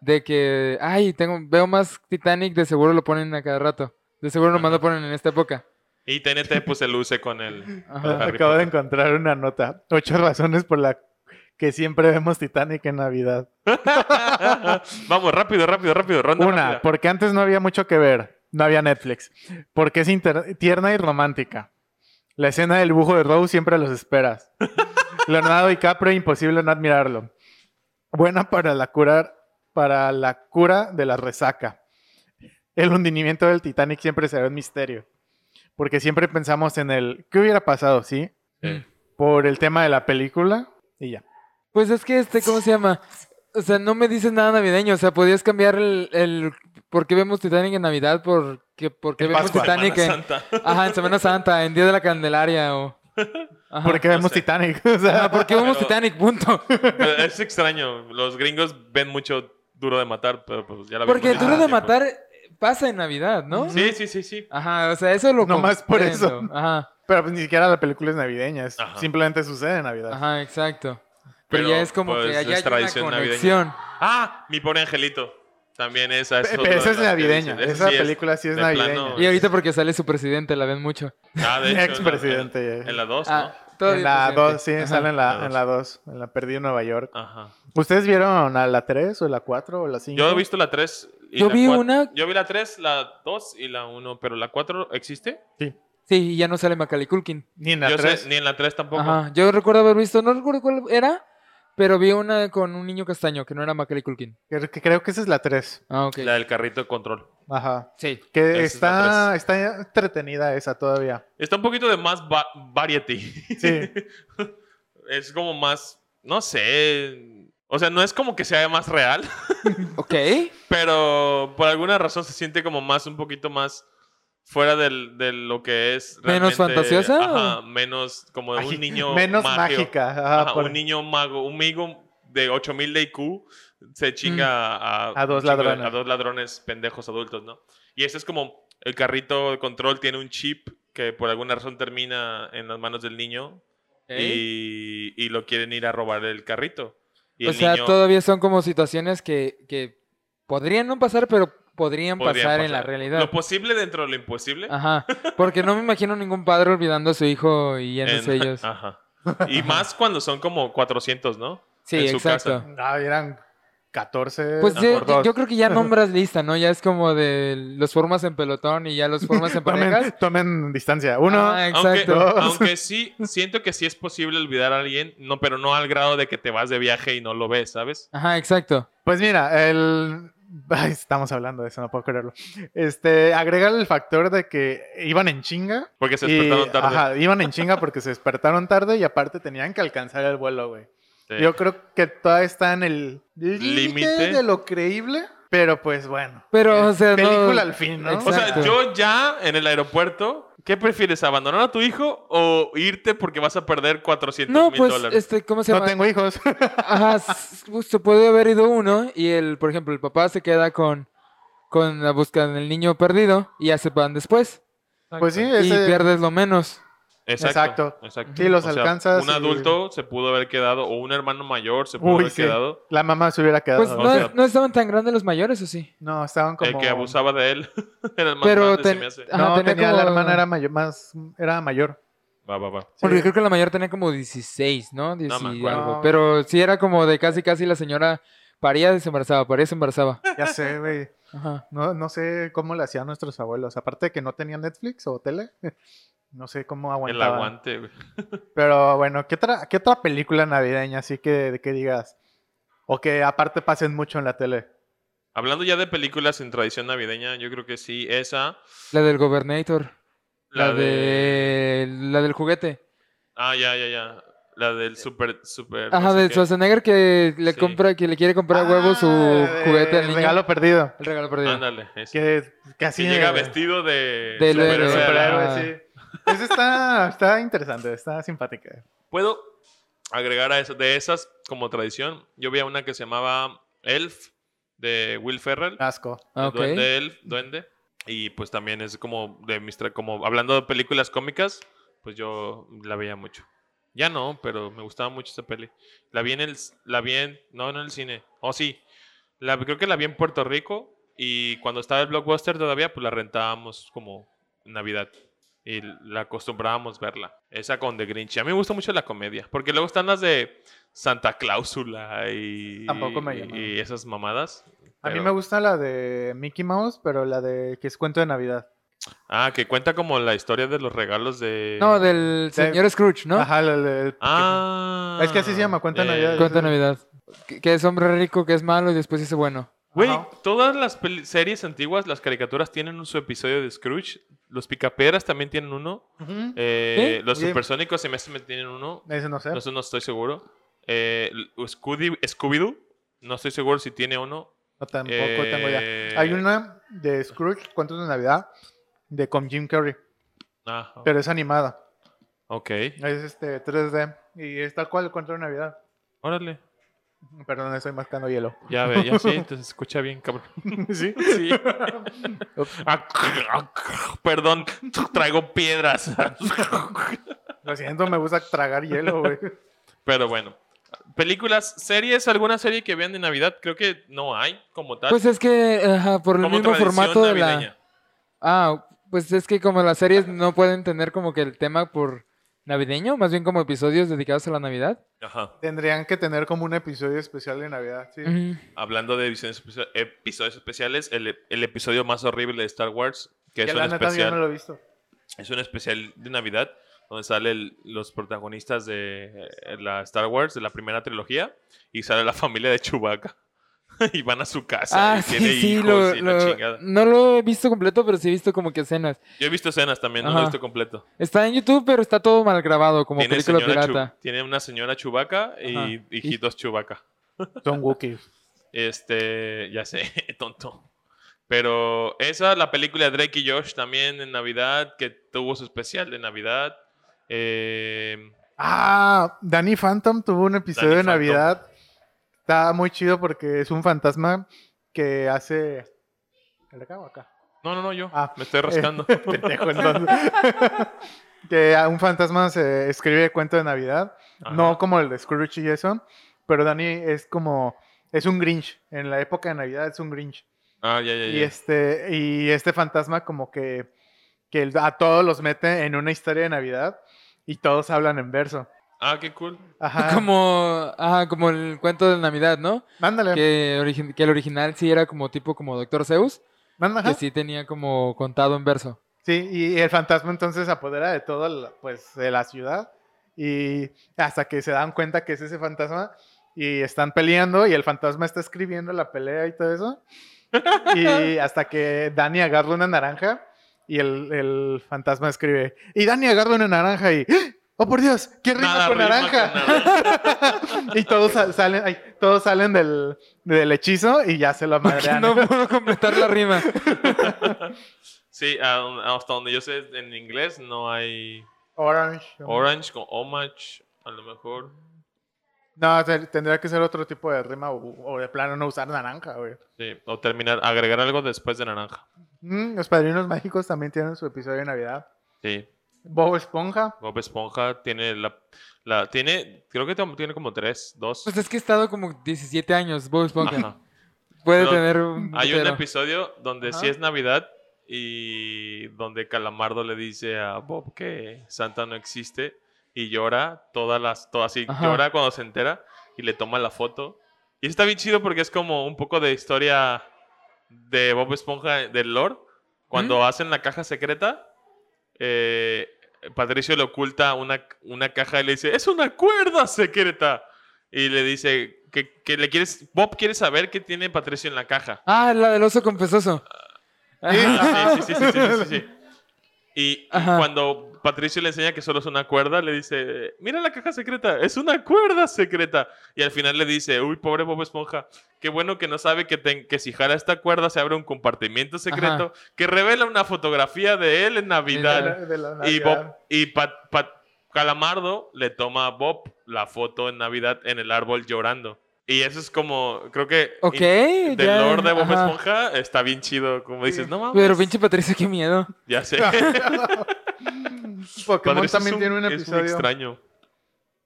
Speaker 3: de que, ay, tengo, veo más Titanic, de seguro lo ponen a cada rato. De seguro nomás lo ponen en esta época.
Speaker 2: Y TNT pues se luce con el...
Speaker 3: Ajá.
Speaker 2: Harry
Speaker 1: Acabo de
Speaker 2: Potter.
Speaker 1: encontrar una nota. Ocho razones por la que siempre vemos Titanic en Navidad.
Speaker 2: Vamos, rápido, rápido, rápido. Ronda
Speaker 1: Una,
Speaker 2: rápida.
Speaker 1: porque antes no había mucho que ver. No había Netflix. Porque es inter- tierna y romántica. La escena del dibujo de Rose siempre los esperas. Leonardo DiCaprio, imposible no admirarlo. Buena para la curar, para la cura de la resaca. El hundimiento del Titanic siempre será un misterio. Porque siempre pensamos en el ¿qué hubiera pasado, sí?
Speaker 2: Sí.
Speaker 1: Por el tema de la película y ya.
Speaker 3: Pues es que este, ¿cómo se llama? O sea, no me dices nada navideño. O sea, podías cambiar el, el por qué vemos Titanic en Navidad, por qué, por qué
Speaker 1: En
Speaker 3: vemos
Speaker 1: Pascua.
Speaker 3: Titanic eh. en,
Speaker 2: Semana Santa.
Speaker 3: ajá, en Semana Santa, en Día de la Candelaria o... Ajá.
Speaker 1: ¿Por qué
Speaker 2: no
Speaker 1: vemos
Speaker 2: sé.
Speaker 1: Titanic? O sea,
Speaker 3: Ajá, ¿por qué vemos
Speaker 2: Pero-
Speaker 3: Titanic? Punto.
Speaker 2: Pero es extraño. Los gringos ven mucho Duro de Matar, pero pues ya la
Speaker 3: Porque
Speaker 2: vimos
Speaker 3: el Duro
Speaker 2: hace
Speaker 3: de
Speaker 2: tiempo.
Speaker 3: Matar pasa en Navidad, ¿no?
Speaker 2: Sí, sí, sí, sí.
Speaker 3: Ajá, o sea, eso lo
Speaker 1: Nomás por eso.
Speaker 3: comprendo. Ajá,
Speaker 1: Pero pues, ni siquiera la película es navideña, es-
Speaker 2: Ajá.
Speaker 1: simplemente sucede en Navidad.
Speaker 3: ajá, exacto. Pero,
Speaker 2: Pero,
Speaker 3: ya es como
Speaker 2: pues,
Speaker 3: que allá
Speaker 2: es
Speaker 3: hay una
Speaker 2: tradición navideña.
Speaker 3: conexión.
Speaker 2: Ah, mi pobre angelito. También esa es
Speaker 1: Pe-
Speaker 2: otra
Speaker 1: Pero esa
Speaker 2: de
Speaker 1: es
Speaker 2: las que
Speaker 1: navideña.
Speaker 2: dicen. Esa
Speaker 1: Esa
Speaker 2: sí es-
Speaker 1: película sí es
Speaker 2: de
Speaker 1: navideña.
Speaker 2: plano.
Speaker 3: Y ahorita porque sale su presidente, la ven mucho.
Speaker 2: Ah, de hecho, en la-
Speaker 1: Expresidente.
Speaker 2: Pues, En, en la 2,
Speaker 3: Ah,
Speaker 1: En la 2, sí,
Speaker 3: presidente.
Speaker 1: sale en la,
Speaker 2: La
Speaker 1: en la 2, en la Perdida en Nueva York.
Speaker 2: ¿no? Ajá.
Speaker 1: ¿Ustedes vieron a la 3 o la 4 o la 5?
Speaker 2: Yo he visto la 3.
Speaker 3: Yo vi una-
Speaker 2: Yo vi la 3, la 2 y la 1, pero la 4 existe.
Speaker 3: Sí, y ya no sale Macaulay Culkin.
Speaker 1: Ni en la
Speaker 2: yo
Speaker 1: 3.
Speaker 2: sé, ni en la 3 tampoco.
Speaker 3: Ajá, yo recuerdo haber visto, no recuerdo cuál era, pero vi una con un niño castaño que no era Macaulay Culkin.
Speaker 1: Creo que- Creo que esa es la 3.
Speaker 3: Ah, ok.
Speaker 2: La del carrito de control.
Speaker 1: Ajá.
Speaker 3: Sí.
Speaker 2: Esa
Speaker 1: Que
Speaker 2: es
Speaker 1: está,
Speaker 2: la
Speaker 1: está entretenida esa todavía.
Speaker 2: Está un poquito de más va- variety.
Speaker 1: Sí.
Speaker 2: es como más, no sé. O sea, no es como que sea más real,
Speaker 3: Ok.
Speaker 2: pero por alguna razón se siente como más, un poquito más fuera del, de lo que es. realmente.
Speaker 3: ¿Menos fantasiosa
Speaker 2: Ajá, menos como de
Speaker 1: Magi-
Speaker 2: un niño.
Speaker 1: Menos
Speaker 2: magio.
Speaker 1: mágica. Ajá,
Speaker 2: Ajá,
Speaker 1: por-
Speaker 2: Un niño mago, un migo de 8000 de IQ se chinga
Speaker 3: Mm.
Speaker 2: a,
Speaker 1: A dos
Speaker 2: un chingo de-
Speaker 1: ladrones.
Speaker 2: a dos ladrones pendejos adultos, ¿no? Y este es como el carrito de control tiene un chip que por alguna razón termina en las manos del niño y, y lo quieren ir a robar el carrito. Y
Speaker 3: o
Speaker 2: el
Speaker 3: sea,
Speaker 2: niño
Speaker 3: todavía son como situaciones que, que podrían no pasar, pero podrían,
Speaker 2: podría
Speaker 3: pasar, en la realidad. Ah,
Speaker 2: Lo posible dentro de lo imposible.
Speaker 3: Ajá. Porque no me imagino ningún padre olvidando a su hijo y
Speaker 2: en-
Speaker 3: yéndose ellos.
Speaker 2: Ajá. Y más cuando son como 400, ¿no?
Speaker 3: sí,
Speaker 2: en su
Speaker 3: exacto.
Speaker 2: casa.
Speaker 1: Ah, eran 14.
Speaker 3: Pues
Speaker 1: Ah, por
Speaker 3: yo, yo-
Speaker 1: dos.
Speaker 3: yo creo que ya nombras lista, ¿no? Ya es como de los formas en pelotón y ya los formas en parejas.
Speaker 1: tomen, tomen distancia. Uno.
Speaker 3: Ah,
Speaker 2: Aunque,
Speaker 3: exacto.
Speaker 1: Dos.
Speaker 2: aunque sí, siento que sí es posible olvidar a alguien, no, pero no al grado de que te vas de viaje y no lo ves, ¿sabes?
Speaker 3: Ajá, exacto.
Speaker 1: Pues mira, el. Ay, estamos hablando de eso, no puedo creerlo. Este, agregar el factor de que iban en chinga.
Speaker 2: Porque se
Speaker 1: y-
Speaker 2: despertaron tarde.
Speaker 1: Ajá, iban en chinga porque se despertaron tarde y aparte tenían que alcanzar el vuelo, güey.
Speaker 2: Sí.
Speaker 1: Yo creo que todavía está en el límite
Speaker 2: Límite.
Speaker 1: de lo creíble, pero pues bueno.
Speaker 3: Pero, o
Speaker 1: Es
Speaker 3: sea, no-
Speaker 1: película al fin, ¿no?
Speaker 2: o sea,
Speaker 3: Exacto.
Speaker 2: yo ya en el aeropuerto, ¿qué prefieres? ¿Abandonar a tu hijo o irte porque vas a perder 400
Speaker 3: No,
Speaker 2: mil
Speaker 3: pues,
Speaker 2: dólares?
Speaker 3: este, ¿cómo se
Speaker 1: no
Speaker 3: llama?
Speaker 1: tengo hijos.
Speaker 3: Ajá, s- se puede haber ido uno y el, por ejemplo, el papá se queda con, con la búsqueda del niño perdido y ya se van después.
Speaker 1: pues sí,
Speaker 3: Y
Speaker 1: ese-
Speaker 3: pierdes lo menos.
Speaker 1: Exacto.
Speaker 2: exacto.
Speaker 1: Sí, los
Speaker 2: O sea,
Speaker 1: alcanzas
Speaker 2: Un
Speaker 1: y-
Speaker 2: adulto se pudo haber quedado, o un hermano mayor se pudo
Speaker 1: Uy,
Speaker 2: haber
Speaker 1: sí.
Speaker 2: quedado,
Speaker 1: La mamá se hubiera quedado.
Speaker 3: Pues
Speaker 1: ¿no?
Speaker 3: no,
Speaker 2: sea-
Speaker 3: no estaban tan grandes los mayores, ¿o sí?
Speaker 1: No, estaban como.
Speaker 2: el que abusaba de él. era el más
Speaker 3: Pero
Speaker 2: grande, se
Speaker 3: ten-
Speaker 2: me hace.
Speaker 3: Ajá,
Speaker 1: no,
Speaker 3: tenía
Speaker 1: tenía, la
Speaker 3: como-
Speaker 1: hermana, era mayor, más, era mayor.
Speaker 2: Va, va, va.
Speaker 3: Porque
Speaker 1: Sí.
Speaker 3: creo que la mayor tenía como 16, ¿no? 10
Speaker 2: me
Speaker 3: y
Speaker 2: acuerdo.
Speaker 3: algo. Pero sí era como de casi casi la señora paría, desembarazaba, paría, desembarazaba.
Speaker 1: Ya sé, güey.
Speaker 3: Ajá.
Speaker 1: No, no sé cómo le hacían nuestros abuelos. Aparte de que no tenían Netflix o tele. No sé cómo
Speaker 2: El
Speaker 1: aguantaban.
Speaker 2: aguante, güey.
Speaker 1: Pero bueno, ¿qué otra, ¿qué otra película navideña así que, que digas? O que aparte pasen mucho en la tele.
Speaker 2: Hablando ya de películas en tradición navideña, yo creo que sí, esa.
Speaker 3: La del Gobernator. La,
Speaker 2: La,
Speaker 3: de...
Speaker 2: de...
Speaker 3: La del juguete.
Speaker 2: Ah, ya, ya, ya. La del super, super. no
Speaker 3: Ajá,
Speaker 2: sé
Speaker 3: del
Speaker 2: qué.
Speaker 3: Schwarzenegger que le
Speaker 2: Sí.
Speaker 3: compra, que le quiere comprar a huevo su
Speaker 1: Ah, de-
Speaker 3: juguete al niño.
Speaker 1: regalo perdido.
Speaker 3: El regalo perdido.
Speaker 2: Ándale. esa.
Speaker 1: Que, que así
Speaker 2: Sí, llega
Speaker 1: de-
Speaker 2: vestido de,
Speaker 3: Del
Speaker 1: de
Speaker 2: superhéroe.
Speaker 3: héroe.
Speaker 1: superhéroe,
Speaker 3: Ah.
Speaker 1: sí. Esa está, está interesante, está simpática.
Speaker 2: Puedo agregar a esas, de esas como tradición. Yo vi a una que se llamaba Elf de Will Ferrell.
Speaker 1: Asco.
Speaker 3: Ah,
Speaker 2: el
Speaker 3: ok.
Speaker 2: Duende Elf, Duende. Y pues también es como de mis tra- como hablando de películas cómicas, pues yo la veía mucho. Ya no, pero me gustaba mucho esa peli. La vi en el c- la vi en, no, no en el cine. Oh, sí. La creo que la vi en Puerto Rico y cuando estaba el Blockbuster todavía pues la rentábamos como en Navidad y la acostumbrábamos verla. Esa con The Grinch. A mí me gusta mucho la comedia, porque luego están las de Santa Cláusula y
Speaker 1: Tampoco me llama.
Speaker 2: y esas mamadas.
Speaker 1: A mí
Speaker 2: pero-
Speaker 1: me gusta la de Mickey Mouse, pero la de que es cuento de Navidad.
Speaker 2: Ah, que cuenta como la historia de los regalos de.
Speaker 3: No, del señor Scrooge, ¿no?
Speaker 1: Ajá, la de...
Speaker 2: Ah.
Speaker 1: Es que así se llama, cuenta
Speaker 2: Eh,
Speaker 1: Navidad.
Speaker 3: Cuenta Navidad. Que, que es hombre rico, que es malo y después dice bueno.
Speaker 2: Güey,
Speaker 1: Ajá.
Speaker 2: todas las peli- series antiguas, las caricaturas tienen su episodio de Scrooge. Los Picapiedras también tienen uno.
Speaker 1: Ujú.
Speaker 2: Eh,
Speaker 1: ¿Sí?
Speaker 2: Los
Speaker 1: Bien.
Speaker 2: Supersónicos se me hace que tienen uno.
Speaker 1: Ese no sé.
Speaker 2: No sé, no estoy seguro. Eh, l- Scooby- Scooby-Doo, no estoy seguro si tiene uno.
Speaker 1: No, tampoco
Speaker 2: Eh,
Speaker 1: tengo ya. Hay una de Scrooge, cuentos de Navidad, de con Jim Carrey,
Speaker 2: Ah,
Speaker 1: pero es animada.
Speaker 2: ok.
Speaker 1: Es este 3D y es tal cual el cuento de Navidad.
Speaker 2: Órale.
Speaker 1: Perdón, estoy marcando hielo.
Speaker 2: Ya ve, ya sí, entonces se escucha bien, cabrón.
Speaker 1: ¿Sí?
Speaker 2: Sí. Ah, Perdón, traigo piedras.
Speaker 1: Lo siento, me gusta tragar hielo, güey.
Speaker 2: Pero bueno, Películas, series, alguna serie que vean de Navidad, creo que no hay como tal.
Speaker 3: Pues es que, ajá, por el
Speaker 2: como
Speaker 3: mismo
Speaker 2: tradición
Speaker 3: formato de la...
Speaker 2: navideña.
Speaker 3: Ah, pues es que como las series no pueden tener como que el tema por navideño, más bien como episodios dedicados a la Navidad.
Speaker 2: Ajá.
Speaker 1: Tendrían que tener como un episodio especial de Navidad, sí.
Speaker 3: Ujú.
Speaker 2: Hablando de episodios especia- episodios especiales, el, el episodio más horrible de Star Wars, que
Speaker 1: Que
Speaker 2: es un,
Speaker 1: la neta yo
Speaker 2: especial,
Speaker 1: no lo he visto.
Speaker 2: es un especial de Navidad, donde salen los protagonistas de eh, la Star Wars, de la primera trilogía, y sale la familia de Chewbacca. y van a su casa,
Speaker 3: Ah,
Speaker 2: y
Speaker 3: sí,
Speaker 2: tiene
Speaker 3: sí,
Speaker 2: hijos
Speaker 3: lo,
Speaker 2: y la
Speaker 3: lo-
Speaker 2: chingada.
Speaker 3: no lo he visto completo, pero sí he visto como que escenas.
Speaker 2: Yo he visto escenas también, no lo he
Speaker 3: Ajá.
Speaker 2: visto completo.
Speaker 3: Está en YouTube, pero está todo mal grabado, como
Speaker 2: Tiene,
Speaker 3: película
Speaker 2: señora Chu-
Speaker 3: pirata.
Speaker 2: tiene una señora Chewbacca
Speaker 3: Ajá.
Speaker 2: y
Speaker 3: Y-
Speaker 2: hijitos Chewbacca.
Speaker 1: Son Wookiees.
Speaker 2: Este, ya sé, tonto. Pero esa, la película de Drake y Josh también en Navidad, que tuvo su especial de Navidad. Eh,
Speaker 1: Ah, Danny Phantom tuvo un episodio
Speaker 2: Danny
Speaker 1: de
Speaker 2: Phantom.
Speaker 1: Navidad. Está muy chido porque es un fantasma que hace. ¿El de acá o acá?
Speaker 2: no, no, no, yo.
Speaker 1: Ah,
Speaker 2: me estoy rascando.
Speaker 1: Pendejo, entonces. que a un fantasma se escribe cuento de Navidad. No
Speaker 2: Ajá.
Speaker 1: como el de Scrooge y eso. Pero Danny es como. Es un Grinch. En la época de Navidad es un Grinch.
Speaker 2: Ah, ya, ya, ya.
Speaker 1: Y este, y este fantasma como que, que el- a todos los mete en una historia de Navidad y todos hablan en verso.
Speaker 2: Ah, qué cool.
Speaker 1: Ajá.
Speaker 3: Como, ajá, como el cuento de Navidad, ¿no?
Speaker 1: Mándale.
Speaker 3: Que, origi- que el original sí era como tipo como Doctor Zeus,
Speaker 1: Mándale.
Speaker 3: que
Speaker 1: Sí.
Speaker 3: sí tenía como contado en verso.
Speaker 1: y el fantasma entonces se apodera de todo, el- pues, de la ciudad y hasta que se dan cuenta que es ese fantasma y están peleando y el fantasma está escribiendo la pelea y todo eso. Y hasta que Dani agarra una naranja y el, el fantasma escribe, y Dani agarra una naranja y, ¡Ah! oh por Dios, ¿qué rima
Speaker 2: Nada
Speaker 1: con
Speaker 2: rima
Speaker 1: naranja?
Speaker 2: con naranja.
Speaker 1: y todos sal- salen, ay, todos salen del, del hechizo y ya se lo
Speaker 3: Que
Speaker 1: madrean.
Speaker 3: no puedo completar la rima.
Speaker 2: Sí, a- hasta donde yo sé, en inglés no hay
Speaker 1: Orange.
Speaker 2: Orange con Homage, a lo mejor.
Speaker 1: No, te- tendría que ser otro tipo de rima o, o de plano no usar naranja, güey.
Speaker 2: Sí, o terminar, agregar algo después de naranja.
Speaker 1: Mm, los Padrinos Mágicos también tienen su episodio de Navidad.
Speaker 2: Sí,
Speaker 1: Bob Esponja.
Speaker 2: Bob Esponja tiene la, la tiene, creo que tiene como tres, dos.
Speaker 3: Pues es que he estado como 17 años, Bob Esponja.
Speaker 2: Ajá.
Speaker 3: Puede
Speaker 2: Pero
Speaker 3: tener un...
Speaker 2: Hay un
Speaker 3: putero.
Speaker 2: episodio donde sí
Speaker 1: Ajá.
Speaker 2: es Navidad y donde Calamardo le dice a Bob que Santa no existe y llora todas las, todas así,
Speaker 3: Ajá.
Speaker 2: llora cuando se entera y le toma la foto. Y está bien chido porque es como un poco de historia de Bob Esponja del Lord. Cuando hacen la caja secreta, eh, Patricio le oculta una, una caja y le dice, es una cuerda secreta. Y le dice que, que le quieres, Bob quiere saber qué tiene Patricio en la caja.
Speaker 3: Ah, la del oso confesoso.
Speaker 2: Ah, sí, sí, sí, sí, sí, sí, sí. Y
Speaker 3: Ajá.
Speaker 2: cuando Patricio le enseña que solo es una cuerda, le dice, mira la caja secreta, es una cuerda secreta. Y al final le dice, uy, pobre Bob Esponja, qué bueno que no sabe que, ten- que si jala esta cuerda se abre un compartimiento secreto que revela una fotografía de él en
Speaker 1: de
Speaker 2: Navidad.
Speaker 1: la- de la
Speaker 2: Y,
Speaker 1: Navidad.
Speaker 2: Bob, y Pat- Pat- Calamardo le toma a Bob la foto en Navidad en el árbol llorando. Y eso es como, creo que...
Speaker 3: Ok,
Speaker 2: Del
Speaker 3: ya,
Speaker 2: Lord de Bob
Speaker 3: ajá.
Speaker 2: Esponja está bien chido, como dices, no mames.
Speaker 3: Pero pinche Patricia, qué miedo.
Speaker 2: Ya sé.
Speaker 1: Pokémon
Speaker 2: Padre, eso es
Speaker 1: también tiene un
Speaker 2: es
Speaker 1: episodio
Speaker 2: extraño.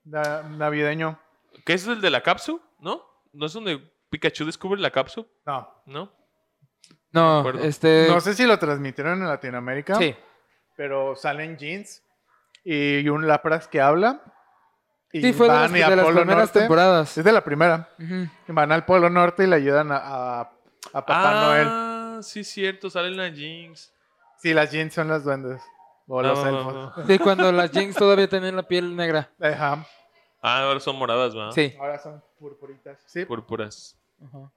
Speaker 1: na- navideño.
Speaker 2: ¿Qué es el de la cápsula? ¿No? ¿No es donde Pikachu descubre la cápsula?
Speaker 1: No.
Speaker 2: ¿No?
Speaker 3: No,
Speaker 2: acuerdo.
Speaker 3: este...
Speaker 1: No sé si lo transmitieron en Latinoamérica,
Speaker 3: Sí.
Speaker 1: pero salen jeans y un Lapras que habla. Y
Speaker 3: Sí, fue de las,
Speaker 1: van y a
Speaker 3: de las
Speaker 1: Polo
Speaker 3: primeras
Speaker 1: Norte.
Speaker 3: temporadas.
Speaker 1: Es de la primera.
Speaker 3: Ujú.
Speaker 1: Y Van al Polo Norte y le ayudan a, a- a Papá Noel.
Speaker 2: ah, sí, cierto, salen las jeans.
Speaker 1: Sí, las jeans son las duendes. O los
Speaker 2: No, no,
Speaker 1: elfos.
Speaker 2: no.
Speaker 3: De cuando las Jinx todavía tenían la piel negra.
Speaker 1: Ajá.
Speaker 2: Ah, ahora son moradas, ¿verdad?
Speaker 3: Sí.
Speaker 1: Ahora son purpuritas. Sí.
Speaker 2: Púrpuras.
Speaker 3: Ajá.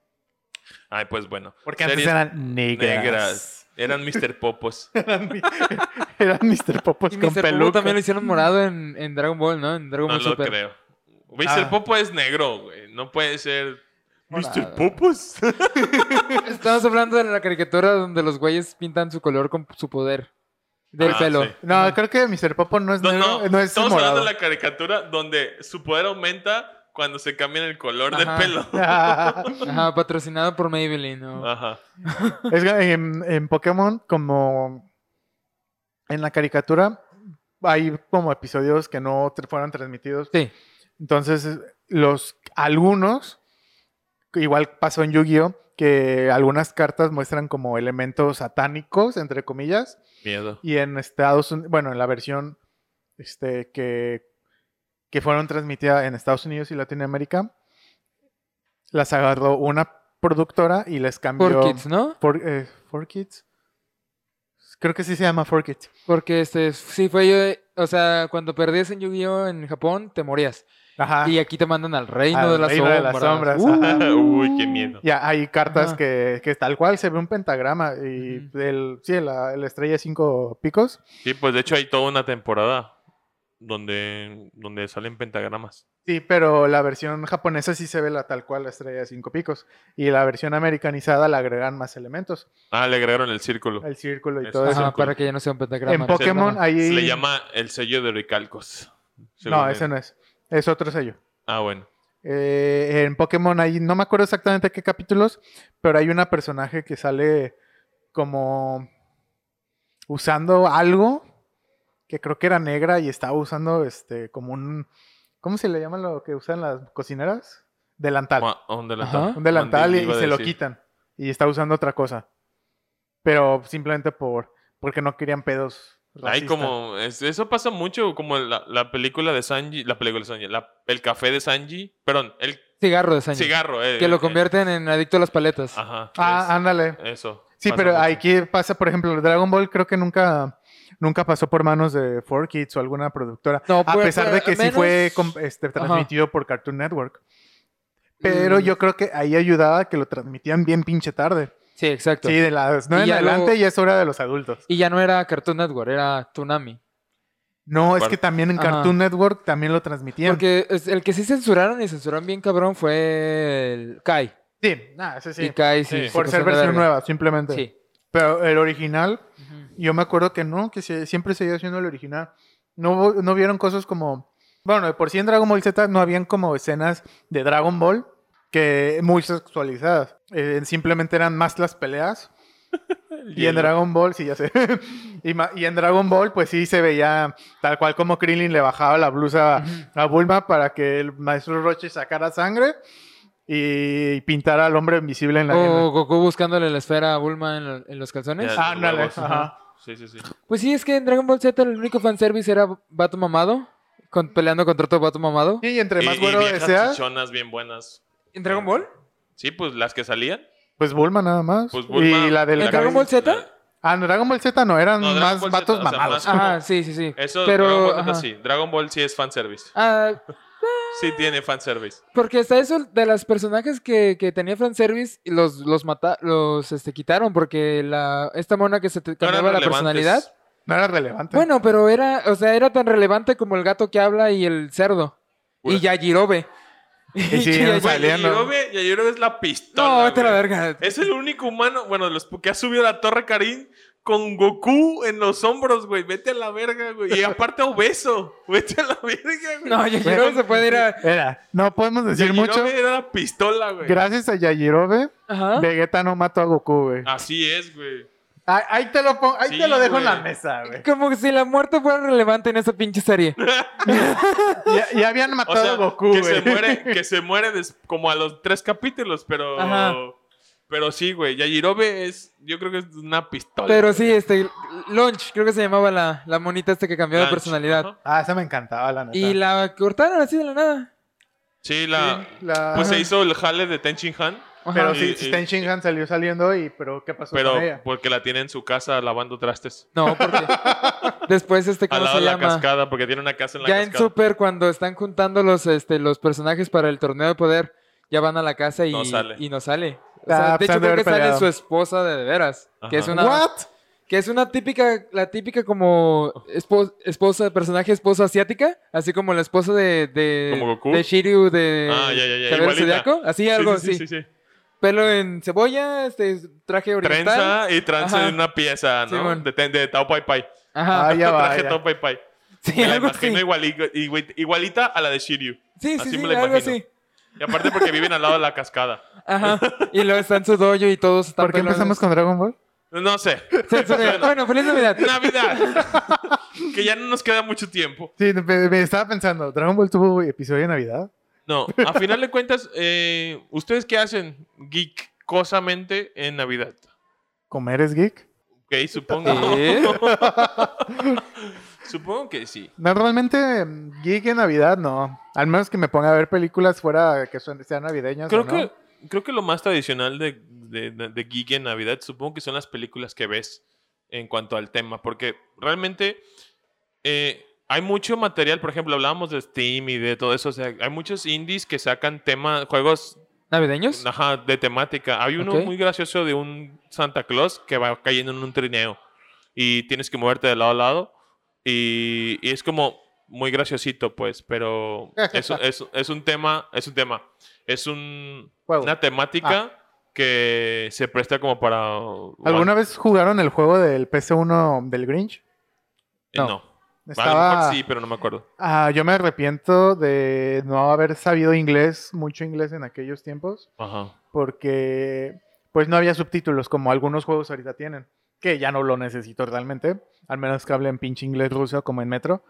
Speaker 2: Ay, pues bueno.
Speaker 1: Porque antes
Speaker 2: Series
Speaker 1: eran negras.
Speaker 2: negras. Eran Mr. Popos.
Speaker 1: Eran, mi- eran Mr. Popos
Speaker 3: Y
Speaker 1: con
Speaker 3: Mr. Popo
Speaker 1: peluca.
Speaker 3: también lo hicieron morado en, en Dragon Ball, ¿no? En Dragon
Speaker 2: No
Speaker 3: Ball
Speaker 2: lo
Speaker 3: Super.
Speaker 2: creo. Mr.
Speaker 1: Ah.
Speaker 2: Popo es negro, güey. No puede ser.
Speaker 3: Morado.
Speaker 2: Popos?
Speaker 3: Estamos hablando de la caricatura donde los güeyes pintan su color con su poder del
Speaker 2: Ah,
Speaker 3: pelo.
Speaker 2: sí.
Speaker 1: No, creo que Mr. Popo no es
Speaker 2: No,
Speaker 1: negro,
Speaker 2: no,
Speaker 1: no es
Speaker 2: estamos
Speaker 1: morado.
Speaker 2: hablando de la caricatura donde su poder aumenta cuando se cambia el color del
Speaker 3: Ajá.
Speaker 2: pelo.
Speaker 3: Ajá, patrocinado por Maybelline. ¿no?
Speaker 2: Ajá.
Speaker 1: Es que en, en Pokémon, como en la caricatura, hay como episodios que no tr- fueron transmitidos.
Speaker 3: Sí.
Speaker 1: Entonces, los algunos, igual pasó en Yu-Gi-Oh, que algunas cartas muestran como elementos satánicos, entre comillas,
Speaker 2: Miedo.
Speaker 1: y en Estados Unidos, bueno, en la versión este, que, que fueron transmitidas en Estados Unidos y Latinoamérica, las agarró una productora y les cambió...
Speaker 3: Por kids, ¿no?
Speaker 1: For, eh, For Kids. Creo que sí se llama For Kids.
Speaker 3: Porque este, sí fue yo, o sea, cuando perdías en Yu-Gi-Oh en Japón, te morías.
Speaker 1: Ajá.
Speaker 3: Y
Speaker 1: Y,
Speaker 3: aquí te mandan al reino,
Speaker 1: Ah. Al
Speaker 3: de, las
Speaker 1: reino de las
Speaker 3: sombras. Uh.
Speaker 1: sombras,
Speaker 2: ajá. Uy,
Speaker 1: Mm.
Speaker 2: qué miedo.
Speaker 1: hay cartas
Speaker 3: Ajá.
Speaker 1: que, que tal cual se ve un pentagrama y
Speaker 3: Ujú.
Speaker 1: el, sí, la, la estrella cinco picos.
Speaker 2: Sí, pues de hecho hay toda una temporada donde, donde salen pentagramas.
Speaker 1: Sí, pero la versión japonesa sí se ve la tal cual la estrella de cinco picos. Y la versión americanizada le agregan más elementos.
Speaker 2: Ah, le agregaron el círculo.
Speaker 1: El círculo y
Speaker 2: Eso.
Speaker 1: todo
Speaker 3: Ajá,
Speaker 1: eso.
Speaker 2: Ajá.
Speaker 3: para que ya no sea un pentagrama.
Speaker 1: En
Speaker 3: ¿no?
Speaker 1: Pokémon
Speaker 3: Ajá.
Speaker 1: ahí...
Speaker 2: Se le llama el sello de Recalcos.
Speaker 1: No, ese no es. Es otro sello.
Speaker 2: Ah, bueno.
Speaker 1: Eh, en Pokémon ahí, no me acuerdo exactamente qué capítulos, pero hay una personaje que sale como usando algo que creo que era negra y estaba usando este como un ¿cómo se le llama lo que usan las cocineras? Delantal.
Speaker 2: Ma- Un delantal.
Speaker 3: Ajá.
Speaker 1: un delantal y,
Speaker 2: Mandil, iba
Speaker 1: y
Speaker 2: a
Speaker 1: se lo
Speaker 2: decir.
Speaker 1: quitan y está usando otra cosa. Pero simplemente por porque no querían pedos
Speaker 2: Hay
Speaker 1: racistas.
Speaker 2: como. es- eso pasa mucho, como la, la película de Sanji. La película de Sanji. la- el café de Sanji. Perdón, el
Speaker 3: Cigarro de Sanji.
Speaker 2: cigarro. eh,
Speaker 3: Que
Speaker 2: eh,
Speaker 3: lo convierten en adicto a las paletas.
Speaker 2: Ajá.
Speaker 1: Ah,
Speaker 2: es-
Speaker 1: ándale.
Speaker 2: Eso.
Speaker 1: Sí,
Speaker 2: pasa
Speaker 1: pero
Speaker 2: mucho.
Speaker 1: aquí pasa, por ejemplo, Dragon Ball creo que nunca, nunca pasó por manos de 4Kids o alguna productora.
Speaker 3: No,
Speaker 1: a
Speaker 3: pues,
Speaker 1: pesar
Speaker 3: eh,
Speaker 1: de que sí
Speaker 3: menos-
Speaker 1: fue com- este, transmitido por Cartoon Network. Pero
Speaker 3: Mm.
Speaker 1: yo creo que ahí ayudaba que lo transmitían bien pinche tarde.
Speaker 3: Sí, exacto.
Speaker 1: Sí, de las 9 en
Speaker 3: Y ya
Speaker 1: adelante
Speaker 3: luego-
Speaker 1: ya es hora de los adultos.
Speaker 3: Y ya no era Cartoon Network, era Toonami.
Speaker 1: No, es
Speaker 2: Bueno.
Speaker 1: que también en
Speaker 3: Ajá.
Speaker 1: Cartoon Network también lo transmitían.
Speaker 3: Porque es- el que sí censuraron y censuraron bien cabrón fue el Kai.
Speaker 1: Sí, nada, ese sí.
Speaker 3: Y Kai sí.
Speaker 2: Sí.
Speaker 3: se
Speaker 1: por
Speaker 3: pasó
Speaker 1: ser
Speaker 3: de
Speaker 1: versión
Speaker 3: verga.
Speaker 1: nueva, simplemente.
Speaker 3: Sí.
Speaker 1: Pero el original,
Speaker 3: Ujú.
Speaker 1: Yo me acuerdo que no, que se- siempre seguía haciendo el original. No, vo- no vieron cosas como. Bueno, de por sí en Dragon Ball Z no habían como escenas de Dragon Ball que muy sexualizadas. Eh, simplemente eran más las peleas. Y en
Speaker 2: Hielo.
Speaker 1: Dragon Ball, sí, ya sé. y, ma- y en Dragon Ball, pues sí se veía tal cual como Krillin le bajaba la blusa a- a Bulma para que el maestro Roche sacara sangre y pintara al hombre invisible
Speaker 2: Oh.
Speaker 1: en la. en la-
Speaker 3: O Goku buscándole la esfera a Bulma en, lo- en los calzones.
Speaker 2: Ya,
Speaker 1: Ah,
Speaker 2: los
Speaker 1: ándale,
Speaker 2: huevos,
Speaker 1: ajá.
Speaker 2: Sí, sí, sí.
Speaker 3: Pues sí, es que en Dragon Ball Z el único fanservice era Vato Mamado. con- peleando contra otro Vato Mamado.
Speaker 1: Sí, Y entre
Speaker 2: Y-
Speaker 1: más
Speaker 2: y
Speaker 1: güero
Speaker 2: viejas
Speaker 1: sea,
Speaker 2: chichonas bien buenas.
Speaker 3: ¿En Dragon Ball?
Speaker 2: Sí, pues las que salían.
Speaker 1: pues Bulma nada más.
Speaker 2: Pues Bulma,
Speaker 1: y la del
Speaker 3: ¿En Dragon
Speaker 1: cabello.
Speaker 3: Ball Z?
Speaker 1: Ah, no, Dragon Ball Z no, eran
Speaker 2: No, Dragon
Speaker 1: más
Speaker 2: Ball Z,
Speaker 1: vatos
Speaker 2: o sea,
Speaker 1: mamados.
Speaker 2: más-
Speaker 3: Ajá, sí, sí, sí.
Speaker 2: Eso,
Speaker 3: Pero,
Speaker 2: Dragon Ball Z
Speaker 3: ajá.
Speaker 2: sí. Dragon Ball sí es fanservice.
Speaker 3: Ah,
Speaker 2: Sí tiene fanservice.
Speaker 3: Porque hasta eso, de los personajes que, que tenía fanservice, los, los, mata, los este, quitaron porque la, esta mona que se te
Speaker 2: No eran
Speaker 3: cambiaba la
Speaker 2: relevantes.
Speaker 3: personalidad.
Speaker 1: No era relevante.
Speaker 3: Bueno, pero era, o sea, era tan relevante como el gato que habla y el cerdo.
Speaker 2: Pura-
Speaker 3: Y Yajirobe.
Speaker 1: Y sí,
Speaker 3: Yajirobe-
Speaker 1: no
Speaker 2: Güey,
Speaker 1: salían, ¿no?
Speaker 2: Yajirobe- Yajirobe es la pistola.
Speaker 3: No, vete a la
Speaker 2: güey.
Speaker 3: verga.
Speaker 2: Es el único humano, bueno, de los que ha subido a la torre Karim con Goku en los hombros, güey. Vete a la verga, güey. Y aparte obeso. Vete a la verga, güey.
Speaker 3: No, Yajirobe
Speaker 1: Bueno.
Speaker 3: se puede ir a.
Speaker 1: Era. No podemos decir
Speaker 2: Yajirobe
Speaker 1: mucho.
Speaker 2: era la pistola, güey.
Speaker 1: Gracias a Yajirobe,
Speaker 3: Ajá.
Speaker 1: Vegeta no mató a Goku, güey.
Speaker 2: Así es, güey.
Speaker 1: Ah, Ahí te lo pongo, ahí
Speaker 2: Sí,
Speaker 1: te lo dejo en
Speaker 2: güey.
Speaker 1: la mesa, güey.
Speaker 3: Como si la muerte fuera relevante en esa pinche serie.
Speaker 1: Ya, ya habían
Speaker 2: O
Speaker 1: matado
Speaker 2: sea,
Speaker 1: a Goku,
Speaker 2: que
Speaker 1: güey.
Speaker 2: se muere, que se muere des- como a los tres capítulos, pero.
Speaker 3: Ajá.
Speaker 2: Pero sí, güey. Yajirobe es. Yo creo que es una pistola.
Speaker 3: Pero sí, este. Lunch, creo que se llamaba la, la monita esta que cambió de
Speaker 2: Lanch,
Speaker 3: personalidad.
Speaker 2: ajá.
Speaker 1: Ah, esa me encantaba, la neta.
Speaker 3: Y la cortaron así de la nada.
Speaker 2: Sí, la.
Speaker 1: Sí, la-
Speaker 2: Pues se
Speaker 1: Ajá.
Speaker 2: hizo el jale de Tenchin Han,
Speaker 3: Ajá.
Speaker 1: Pero
Speaker 2: Y-
Speaker 1: sí,
Speaker 2: y-
Speaker 1: Stan Shinhan salió saliendo y, pero ¿qué pasó
Speaker 2: pero
Speaker 1: con ella?
Speaker 2: porque la tiene en su casa lavando trastes.
Speaker 3: No, porque después este
Speaker 2: Al
Speaker 3: cómo
Speaker 2: lado
Speaker 3: se
Speaker 2: de la
Speaker 3: llama.
Speaker 2: cascada, porque tiene una casa en la
Speaker 3: ya en
Speaker 2: cascada.
Speaker 3: Super cuando están juntando los este los personajes para el torneo de poder, ya van a la casa y
Speaker 2: No sale.
Speaker 3: y no sale. O
Speaker 1: Ah,
Speaker 3: sea, de
Speaker 1: pues han de
Speaker 3: hecho creo que
Speaker 1: haber
Speaker 3: sale
Speaker 1: peleado.
Speaker 3: su esposa de, de veras, que es
Speaker 2: Ajá.
Speaker 3: una
Speaker 1: ¿What?
Speaker 3: que es una típica la típica como espo- esposa personaje esposa asiática, así como la esposa de de,
Speaker 2: ¿Como Goku?
Speaker 3: de Shiryu de
Speaker 2: Ah, ya, ya, ya,
Speaker 3: Caballero
Speaker 2: igualita.
Speaker 3: Zodiaco, así algo
Speaker 2: sí, sí, sí,
Speaker 3: así.
Speaker 2: sí, sí.
Speaker 3: Pelo en cebolla, este traje oriental.
Speaker 2: Trenza y tranza
Speaker 3: Ajá.
Speaker 2: en una pieza, ¿no?
Speaker 3: Simón.
Speaker 2: de, ten- de Tao Pai Pai.
Speaker 3: Ajá.
Speaker 1: Ah, ya va,
Speaker 2: Traje
Speaker 1: ya.
Speaker 2: Tao Pai Pai.
Speaker 3: sí,
Speaker 2: Me la
Speaker 3: algo así.
Speaker 2: imagino igualiga- igui- igualita a la de Shiryu.
Speaker 3: Sí, sí,
Speaker 2: así
Speaker 3: sí,
Speaker 2: me la
Speaker 3: algo
Speaker 2: imagino.
Speaker 3: así.
Speaker 2: Y aparte porque viven al lado de la cascada.
Speaker 3: Ajá. Y luego está en su dojo y todos están
Speaker 1: ¿Por qué empezamos con Dragon Ball?
Speaker 2: No sé.
Speaker 3: con... Bueno, feliz Navidad.
Speaker 2: Navidad. que ya no nos queda mucho tiempo.
Speaker 1: Sí, me, me estaba pensando, ¿Dragon Ball tuvo episodio de Navidad?
Speaker 2: No, a final de cuentas, eh, ¿ustedes qué hacen geekosamente en Navidad?
Speaker 1: ¿Comer es geek?
Speaker 2: Ok, supongo.
Speaker 3: ¿Eh?
Speaker 2: supongo que sí.
Speaker 1: Normalmente mm, geek en Navidad no. Al menos que me ponga a ver películas fuera que son- sean navideñas.
Speaker 2: Creo
Speaker 1: o no.
Speaker 2: que, creo que lo más tradicional de, de, de geek en Navidad, supongo que son las películas que ves en cuanto al tema, porque realmente eh, hay mucho material, por ejemplo, hablábamos de Steam y de todo eso, o sea, hay muchos indies que sacan temas, juegos
Speaker 3: ¿Navideños?
Speaker 2: ajá, de temática. Hay uno
Speaker 3: Ok.
Speaker 2: muy gracioso de un Santa Claus que va cayendo en un trineo y tienes que moverte de lado a lado y, y es como muy graciosito, pues, pero es, es- es un tema, es un tema, es un,
Speaker 1: Juego.
Speaker 2: una temática que se presta como para...
Speaker 1: ¿Alguna vez jugaron el juego del PC1 del Grinch?
Speaker 2: Eh, No.
Speaker 3: no.
Speaker 2: A lo
Speaker 1: Estaba...
Speaker 2: mejor sí, pero no me acuerdo.
Speaker 1: Ah, yo me arrepiento de no haber sabido inglés, mucho inglés en aquellos tiempos,
Speaker 2: Ajá.
Speaker 1: porque pues no había subtítulos como algunos juegos ahorita tienen, que ya no lo necesito realmente, al menos que hablen pinche inglés ruso como en Metro.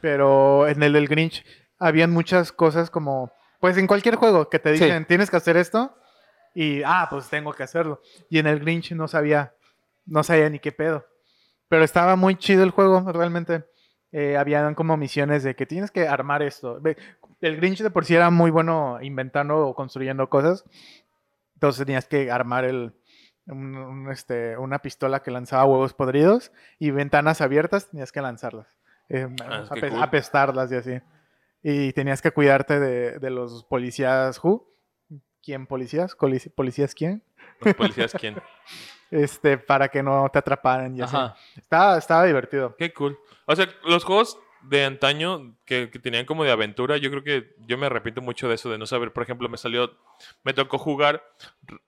Speaker 1: Pero en el del Grinch habían muchas cosas como, pues en cualquier juego que te
Speaker 3: Sí.
Speaker 1: dicen, tienes que hacer esto, y ah, pues tengo que hacerlo. Y en el Grinch no sabía, no sabía ni qué pedo. Pero estaba muy chido el juego, realmente. Eh, habían como misiones de que tienes que armar esto. Ve, El Grinch de por sí era muy bueno inventando o construyendo cosas. Entonces tenías que armar el, un- un, este, una pistola que lanzaba huevos podridos y ventanas abiertas tenías que lanzarlas. Eh,
Speaker 2: Ah, qué
Speaker 1: ape-
Speaker 2: cool.
Speaker 1: Apestarlas y así. Y tenías que cuidarte de, de los policías Who. ¿Quién policías? Colici- ¿Policías quién?
Speaker 2: ¿Los policías quién?
Speaker 1: Este, para que no te atraparan y así.
Speaker 3: Ajá.
Speaker 1: Estaba, estaba divertido.
Speaker 2: Qué cool. O sea, los juegos de antaño que, que tenían como de aventura, yo creo que yo me arrepiento mucho de eso, de no saber. Por ejemplo, me salió, me tocó jugar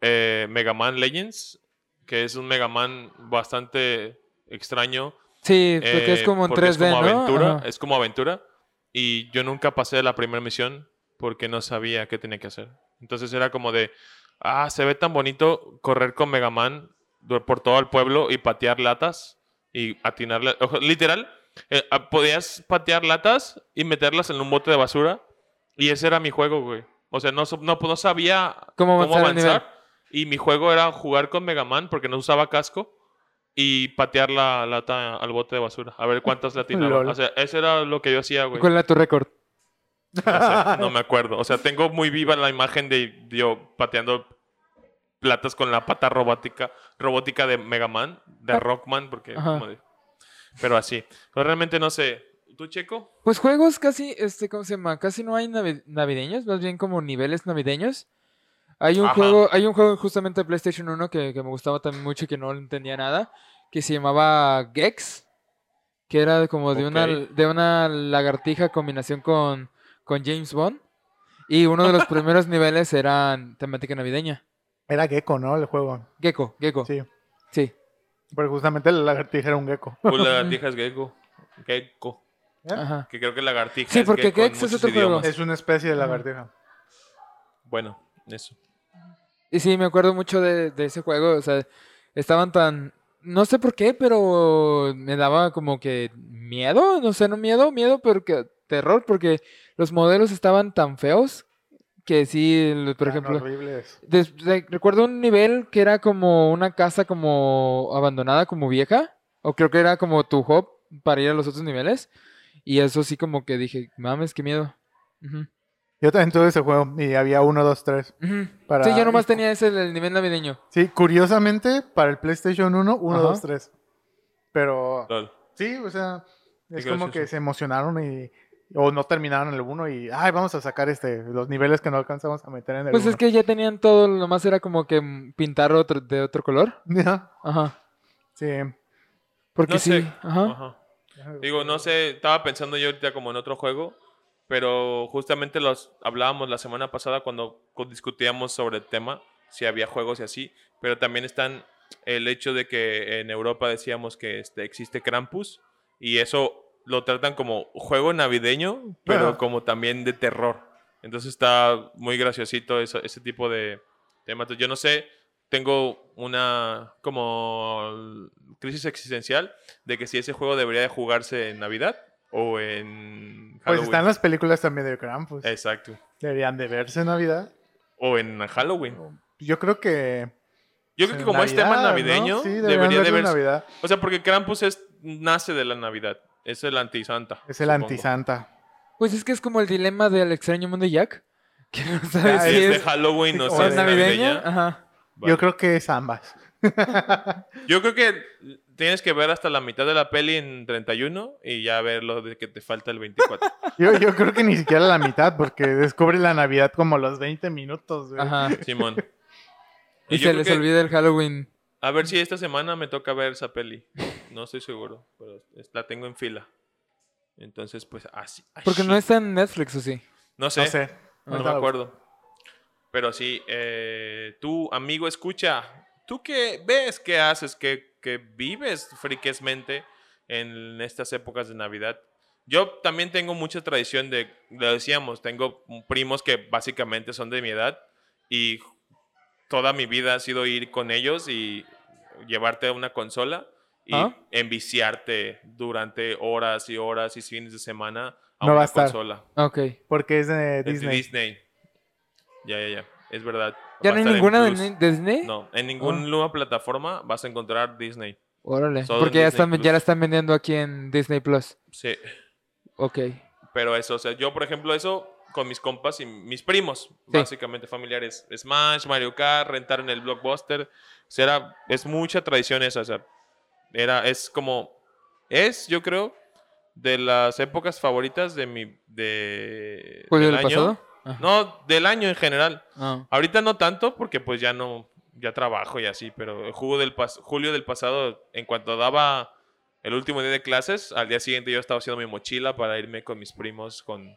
Speaker 2: eh, Mega Man Legends, que es un Mega Man bastante extraño.
Speaker 3: Sí, porque es
Speaker 2: eh,
Speaker 3: como en
Speaker 2: porque
Speaker 3: 3D,
Speaker 2: es como
Speaker 3: ¿no?
Speaker 2: Aventura,
Speaker 3: Ajá.
Speaker 2: Es como aventura. Y yo nunca pasé la primera misión porque no sabía qué tenía que hacer. Entonces era como de, ah, se ve tan bonito correr con Mega Man du- por todo el pueblo y patear latas y atinarle. ojo, literal, eh, ah, podías patear latas y meterlas en un bote de basura. Y ese era mi juego, güey. O sea, no, so- no, pues, no sabía
Speaker 3: ¿Cómo avanzar el nivel?
Speaker 2: Y mi juego era jugar con Mega Man porque no usaba casco y patear la lata al bote de basura. A ver cuántas latinas.
Speaker 1: Lol.
Speaker 2: O sea, eso era lo que yo hacía, güey.
Speaker 3: ¿Cuál era tu récord?
Speaker 2: No, sé, no me acuerdo. O sea, tengo muy viva la imagen de yo pateando platas con la pata robótica, robótica de Mega Man, de Rockman, porque
Speaker 3: Ah. Ajá.
Speaker 2: como de- pero así. Pero realmente no sé. ¿Tú, Checo?
Speaker 3: Pues juegos casi, este, ¿cómo se llama? Casi no hay navi- navideños, más bien como niveles navideños. Hay un
Speaker 2: Ajá.
Speaker 3: juego, hay un juego justamente de PlayStation 1 que, que me gustaba también mucho y que no le entendía nada, que se llamaba Gex, que era como de una
Speaker 2: Ok.
Speaker 3: de una lagartija combinación con, con James Bond. Y uno de los primeros niveles eran temática navideña.
Speaker 1: Era gecko, ¿no? El juego.
Speaker 3: Gecko, Gecko. Sí.
Speaker 1: Sí. Porque justamente la lagartija era un gecko.
Speaker 2: Tú, lagartija es Gecko. Gecko.
Speaker 3: Ajá.
Speaker 2: Que creo que lagartija
Speaker 3: Sí,
Speaker 2: es
Speaker 3: porque
Speaker 2: gecko en
Speaker 3: Gex es
Speaker 2: muchos
Speaker 3: otro juego.
Speaker 2: idiomas.
Speaker 1: Es una especie de
Speaker 3: Ajá.
Speaker 1: lagartija.
Speaker 2: Bueno, eso.
Speaker 3: Y sí, me acuerdo mucho de, de ese juego. O sea, estaban tan. No sé por qué, pero me daba como que miedo. No sé, no miedo, miedo, pero que terror, porque los modelos estaban tan feos que sí, el- por
Speaker 1: Eran
Speaker 3: ejemplo.
Speaker 1: horribles.
Speaker 3: des- re- recuerdo un nivel que era como una casa como abandonada, como vieja. O creo que era como tu hub para ir a los otros niveles. Y eso sí, como que dije, mames, qué miedo. Ujú,
Speaker 1: Yo también tuve ese juego y había uno, dos, tres.
Speaker 3: ujú.
Speaker 1: Para-
Speaker 3: Sí, yo nomás tenía ese, el nivel navideño.
Speaker 1: Sí, curiosamente, para el PlayStation 1, uno,
Speaker 3: Ajá.
Speaker 1: dos, tres. Pero
Speaker 2: Lol.
Speaker 1: sí, o sea, es
Speaker 2: Qué
Speaker 1: como que
Speaker 2: gracioso.
Speaker 1: se emocionaron y. O no terminaron el uno y. Ay, vamos a sacar este. Los niveles que no alcanzamos a meter en el.
Speaker 3: Pues es
Speaker 1: uno".
Speaker 3: que ya tenían todo, nomás era como que mm, pintar otro, de otro color.
Speaker 1: Ajá,
Speaker 3: Ajá.
Speaker 1: Sí.
Speaker 3: Porque
Speaker 2: No
Speaker 3: sí,
Speaker 2: sé.
Speaker 3: ajá.
Speaker 2: Ajá. Digo, no sé, estaba pensando yo ahorita como en otro juego, pero justamente los hablábamos la semana pasada cuando co- discutíamos sobre el tema, si había juegos y así, pero también están el hecho de que en Europa decíamos que este, existe Krampus y eso lo tratan como juego navideño, pero
Speaker 1: Ajá.
Speaker 2: como también de terror. Entonces está muy graciosito eso- ese tipo de temas. Yo no sé, tengo una como crisis existencial de que si ese juego debería de jugarse en Navidad o en
Speaker 1: Pues
Speaker 2: Halloween. Eh.
Speaker 1: están las películas también de Krampus.
Speaker 2: Exacto.
Speaker 1: Deberían de verse en Navidad.
Speaker 2: O en Halloween.
Speaker 1: Yo creo que...
Speaker 2: Yo creo que como es tema navideño,
Speaker 1: Sí, deberían
Speaker 2: debería de
Speaker 1: verse en
Speaker 2: verse.
Speaker 1: Navidad.
Speaker 2: O sea, porque Krampus es, nace de la Navidad. Es el antisanta.
Speaker 1: Es el
Speaker 2: supongo.
Speaker 1: antisanta.
Speaker 3: Pues es que es como el dilema del extraño mundo de Jack. Que no
Speaker 1: Ah,
Speaker 3: sabes
Speaker 2: Si
Speaker 3: si
Speaker 2: es
Speaker 3: es,
Speaker 2: de Halloween o
Speaker 1: sí,
Speaker 2: si
Speaker 1: o
Speaker 2: es
Speaker 1: es ah,
Speaker 2: navideña.
Speaker 3: navideña. Ajá.
Speaker 2: vale.
Speaker 1: Yo creo que es ambas.
Speaker 2: Yo creo que tienes que ver hasta la mitad de la peli en 31 y ya ver lo de que te falta el 24.
Speaker 1: Yo, yo creo que ni siquiera la mitad, porque descubre la Navidad como a los 20 minutos, güey.
Speaker 3: Ajá.
Speaker 2: Simón.
Speaker 3: Y
Speaker 2: yo
Speaker 3: se
Speaker 2: creo
Speaker 3: les
Speaker 2: que-
Speaker 3: olvida el Halloween.
Speaker 2: A ver si esta semana me toca ver esa peli. No estoy seguro, pero es- la tengo en fila. Entonces, pues así.
Speaker 3: Porque
Speaker 2: así.
Speaker 3: no está en Netflix, ¿o sí?
Speaker 2: No sé,
Speaker 1: No
Speaker 2: no,
Speaker 1: sé.
Speaker 2: me acuerdo. Pero sí, eh, tú, amigo, escucha. ¿Tú qué ves? ¿Qué haces? ¿Qué, qué vives friquesmente en estas épocas de Navidad? Yo también tengo mucha tradición de, lo decíamos, tengo primos que básicamente son de mi edad y toda mi vida ha sido ir con ellos y llevarte a una consola y
Speaker 3: Ah.
Speaker 2: enviciarte durante horas y horas y fines de semana a
Speaker 1: No va
Speaker 2: una
Speaker 1: a estar.
Speaker 2: consola.
Speaker 3: Ah, Ok.
Speaker 1: Porque es de
Speaker 2: Es de
Speaker 1: Disney.
Speaker 2: Disney. Ya, ya, ya. Es verdad.
Speaker 3: ¿Ya
Speaker 2: Va a
Speaker 3: no hay
Speaker 2: estar en
Speaker 3: ninguna de Ah.
Speaker 2: Plus.
Speaker 3: Ni- de Disney?
Speaker 2: No, en ninguna plataforma vas a encontrar Disney.
Speaker 3: Órale.
Speaker 2: Solo en
Speaker 3: Porque ya,
Speaker 2: Disney
Speaker 3: están, ya la
Speaker 2: Plus.
Speaker 3: están vendiendo aquí en Disney Plus.
Speaker 2: Sí.
Speaker 3: Ok.
Speaker 2: Pero eso, o sea, yo por ejemplo eso con mis compas y mis primos, básicamente familiares, Smash, Mario Kart, rentar en el Blockbuster, o sea, era- es mucha tradición esa, o sea, era, es como, es, yo creo, de las épocas favoritas de mi, de...
Speaker 3: ¿Julio
Speaker 2: del
Speaker 3: del pasado? Ah.
Speaker 2: No, del año en general.
Speaker 3: Ah.
Speaker 2: Ahorita no tanto porque pues ya no, ya trabajo y así, pero el jugo del pas- julio del pasado, en cuanto daba el último día de clases, al día siguiente yo estaba haciendo mi mochila para irme con mis primos con,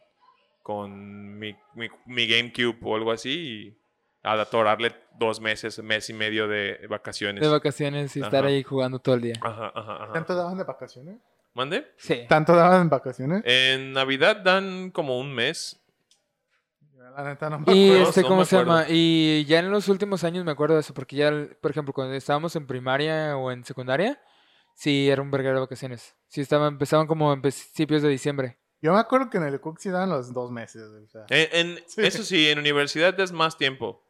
Speaker 2: con mi, mi- mi GameCube o algo así y a atorarle dos meses, mes y medio de vacaciones.
Speaker 3: De vacaciones y estar
Speaker 2: Ajá.
Speaker 3: ahí jugando todo el día.
Speaker 2: ajá, ajá, ajá.
Speaker 1: ¿Tanto daban de vacaciones?
Speaker 2: ¿Mande?
Speaker 3: Sí.
Speaker 1: ¿Tanto daban de vacaciones?
Speaker 2: En Navidad dan como un mes.
Speaker 1: La neta no me
Speaker 3: Y
Speaker 1: acuerdo.
Speaker 2: acuerdo,
Speaker 3: este,
Speaker 2: no
Speaker 3: ¿cómo
Speaker 2: me
Speaker 3: se
Speaker 2: acuerdo.
Speaker 3: llama? Y ya en los últimos años me acuerdo de eso, porque ya, el- por ejemplo, cuando estábamos en primaria o en secundaria, sí era un verguero de vacaciones. Sí estaban, empezaban como en principios de diciembre.
Speaker 1: Yo me acuerdo que en el Cook sí daban los dos meses. o sea.
Speaker 2: En- en-
Speaker 1: Sí.
Speaker 2: Eso sí, en universidad es más tiempo.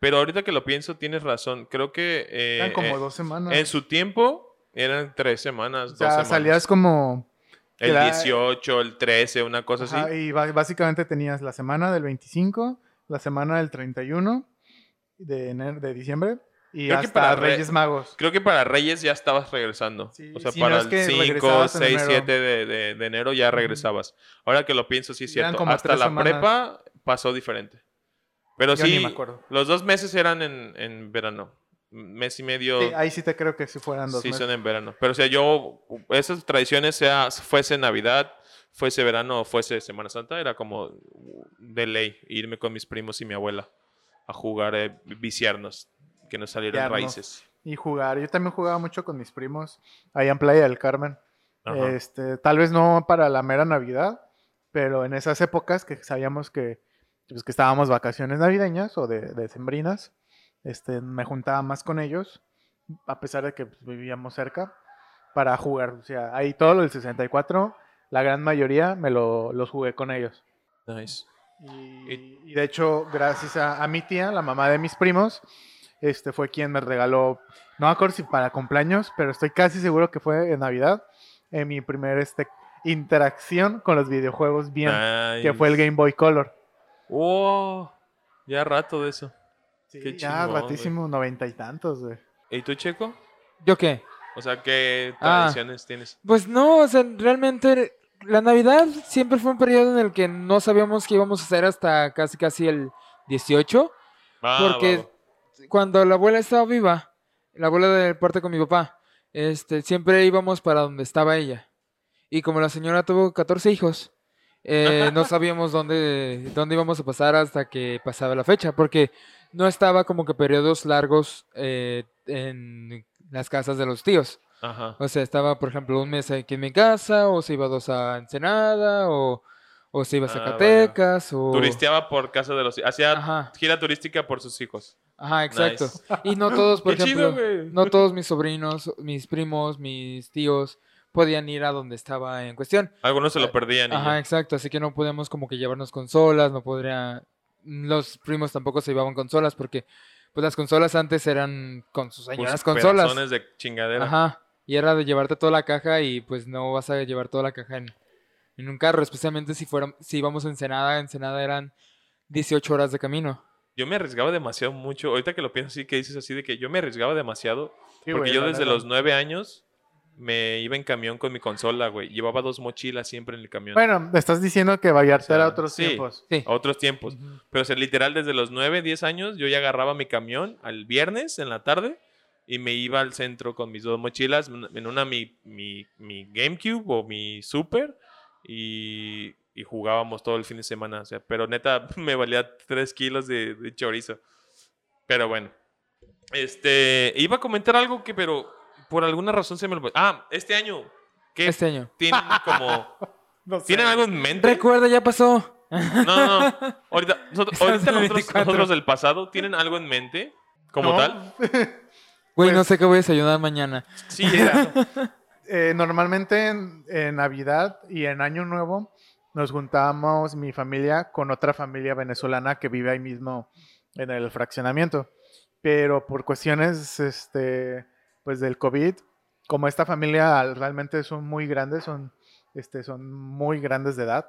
Speaker 2: Pero ahorita que lo pienso, tienes razón. Creo que... eh,
Speaker 1: Eran como
Speaker 2: eh,
Speaker 1: dos semanas.
Speaker 2: En su tiempo eran tres semanas,
Speaker 1: o
Speaker 2: dos
Speaker 1: sea,
Speaker 2: semanas.
Speaker 1: salías como...
Speaker 2: el
Speaker 1: era-
Speaker 2: 18, el 13, una cosa
Speaker 1: ajá,
Speaker 2: Pues así.
Speaker 1: y ba- básicamente tenías la semana del 25, la semana del 31 de, enero, de diciembre y
Speaker 2: Creo que
Speaker 1: hasta
Speaker 2: para re-
Speaker 1: Reyes Magos.
Speaker 2: Creo que para Reyes ya estabas regresando.
Speaker 1: Sí,
Speaker 2: o sea,
Speaker 1: si no
Speaker 2: para
Speaker 1: es que
Speaker 2: el 5,
Speaker 1: regresabas en
Speaker 2: 6,
Speaker 1: enero.
Speaker 2: 7 de, de- de enero ya regresabas. Ahora que lo pienso, sí es
Speaker 1: Eran
Speaker 2: cierto.
Speaker 1: como
Speaker 2: Hasta
Speaker 1: tres
Speaker 2: la
Speaker 1: semanas.
Speaker 2: prepa pasó diferente. Pero
Speaker 1: Yo
Speaker 2: sí,
Speaker 1: ni me acuerdo.
Speaker 2: los dos meses eran en, en verano. Mes y medio
Speaker 1: Sí, ahí sí te creo que si fueran dos
Speaker 2: Sí,
Speaker 1: meses.
Speaker 2: son en verano. Pero, o sea, yo, esas tradiciones, sea fuese Navidad, fuese verano o fuese Semana Santa, era como de ley irme con mis primos y mi abuela a jugar, eh, viciarnos, que nos salieran
Speaker 1: Viciarnos.
Speaker 2: raíces.
Speaker 1: Y jugar. Yo también jugaba mucho con mis primos allá en Playa del Carmen.
Speaker 2: Ajá.
Speaker 1: Este, tal vez no para la mera Navidad, pero en esas épocas que sabíamos que, pues, que estábamos vacaciones navideñas o de, de sembrinas, este, me juntaba más con ellos, a pesar de que pues, vivíamos cerca, para jugar. O sea, ahí todo lo del 64, la gran mayoría me lo, los jugué con ellos.
Speaker 2: Nice.
Speaker 1: Y, y de hecho, gracias a, a mi tía, la mamá de mis primos, este fue quien me regaló, no me acuerdo si para cumpleaños, pero estoy casi seguro que fue en Navidad, en mi primer este, interacción con los videojuegos bien, que fue el
Speaker 2: Nice.
Speaker 1: Game Boy Color.
Speaker 2: ¡Oh! Ya rato de eso.
Speaker 1: Sí,
Speaker 2: Qué
Speaker 1: ya,
Speaker 2: chingón, güey.
Speaker 1: ratísimo, noventa y tantos, güey.
Speaker 2: ¿Y tú, Checo?
Speaker 3: ¿Yo qué?
Speaker 2: O sea, ¿qué
Speaker 3: Ah.
Speaker 2: tradiciones tienes?
Speaker 3: Pues no, o sea, realmente la Navidad siempre fue un periodo en el que no sabíamos qué íbamos a hacer hasta casi casi el 18.
Speaker 2: Ah,
Speaker 3: Porque
Speaker 2: babo.
Speaker 3: cuando la abuela estaba viva, la abuela del parte con mi papá, este, siempre íbamos para donde estaba ella. Y como la señora tuvo 14 hijos, eh, no sabíamos dónde, dónde íbamos a pasar hasta que pasaba la fecha, porque no estaba como que periodos largos eh, en las casas de los tíos.
Speaker 2: Ajá.
Speaker 3: O sea, estaba, por ejemplo, un mes aquí en mi casa, o se iba dos a Ensenada, o, o se iba a
Speaker 2: Ah, vale.
Speaker 3: Zacatecas, o...
Speaker 2: Turisteaba por casa de los... Hacía
Speaker 3: Oh. Ajá,
Speaker 2: gira turística por sus hijos.
Speaker 3: ajá, exacto.
Speaker 2: Nice.
Speaker 3: Y no todos, por
Speaker 2: ¡Qué
Speaker 3: ejemplo...
Speaker 2: chido, güey!
Speaker 3: No todos mis sobrinos, mis primos, mis tíos, podían ir a donde estaba en cuestión.
Speaker 2: Algo no se lo perdían. y
Speaker 3: Ajá,
Speaker 2: ya.
Speaker 3: exacto. Así que no podíamos como que llevarnos consolas, no podría... mm, Los primos tampoco se llevaban consolas porque pues las consolas antes eran con sus
Speaker 2: Puros
Speaker 3: señoras consolas.
Speaker 2: Pues, pedazones de chingadera.
Speaker 3: Ajá. Y era de llevarte toda la caja y pues no vas a llevar toda la caja en, en un carro, especialmente si fuera, si íbamos a Ensenada. Ensenada eran 18 horas de camino.
Speaker 2: Yo me arriesgaba demasiado mucho. Ahorita que lo pienso así, que dices así de que yo me arriesgaba demasiado.
Speaker 1: Sí,
Speaker 2: porque
Speaker 1: güey,
Speaker 2: yo
Speaker 1: la
Speaker 2: desde
Speaker 1: neta.
Speaker 2: los nueve años me iba en camión con mi consola, güey. Llevaba dos mochilas siempre en el camión.
Speaker 1: Bueno, estás diciendo que Vallarta
Speaker 2: O sea,
Speaker 1: era otros
Speaker 2: sí.
Speaker 1: tiempos.
Speaker 3: Sí.
Speaker 2: A otros tiempos.
Speaker 3: Ujú.
Speaker 2: Pero o sea, literal, desde los 9, 10 años, yo ya agarraba mi camión al viernes en la tarde y me iba al centro con mis dos mochilas, en- en una mi, mi, mi GameCube o mi Super, y, y jugábamos todo el fin de semana. O sea, pero neta, me valía 3 kilos de, de chorizo. Pero bueno. Este, iba a comentar algo que, pero por alguna razón se me olvidó. Ah, este año. ¿Qué
Speaker 3: Este año.
Speaker 2: tienen como...
Speaker 1: No sé.
Speaker 2: ¿Tienen algo en mente?
Speaker 3: Recuerda, ya pasó.
Speaker 2: No, no, no. Ahorita, nosotros,
Speaker 3: Estás
Speaker 2: ahorita
Speaker 3: en
Speaker 2: nosotros,
Speaker 3: 24.
Speaker 2: nosotros del pasado tienen algo en mente como
Speaker 1: No,
Speaker 2: tal.
Speaker 3: Güey, no
Speaker 1: Pues-
Speaker 3: sé qué voy a desayunar mañana.
Speaker 2: Sí, era.
Speaker 1: eh, normalmente en, en Navidad y en Año Nuevo nos juntábamos mi familia con otra familia venezolana que vive ahí mismo en el fraccionamiento. Pero por cuestiones este, pues del COVID, como esta familia al- realmente son muy grandes, son, este, son muy grandes de edad.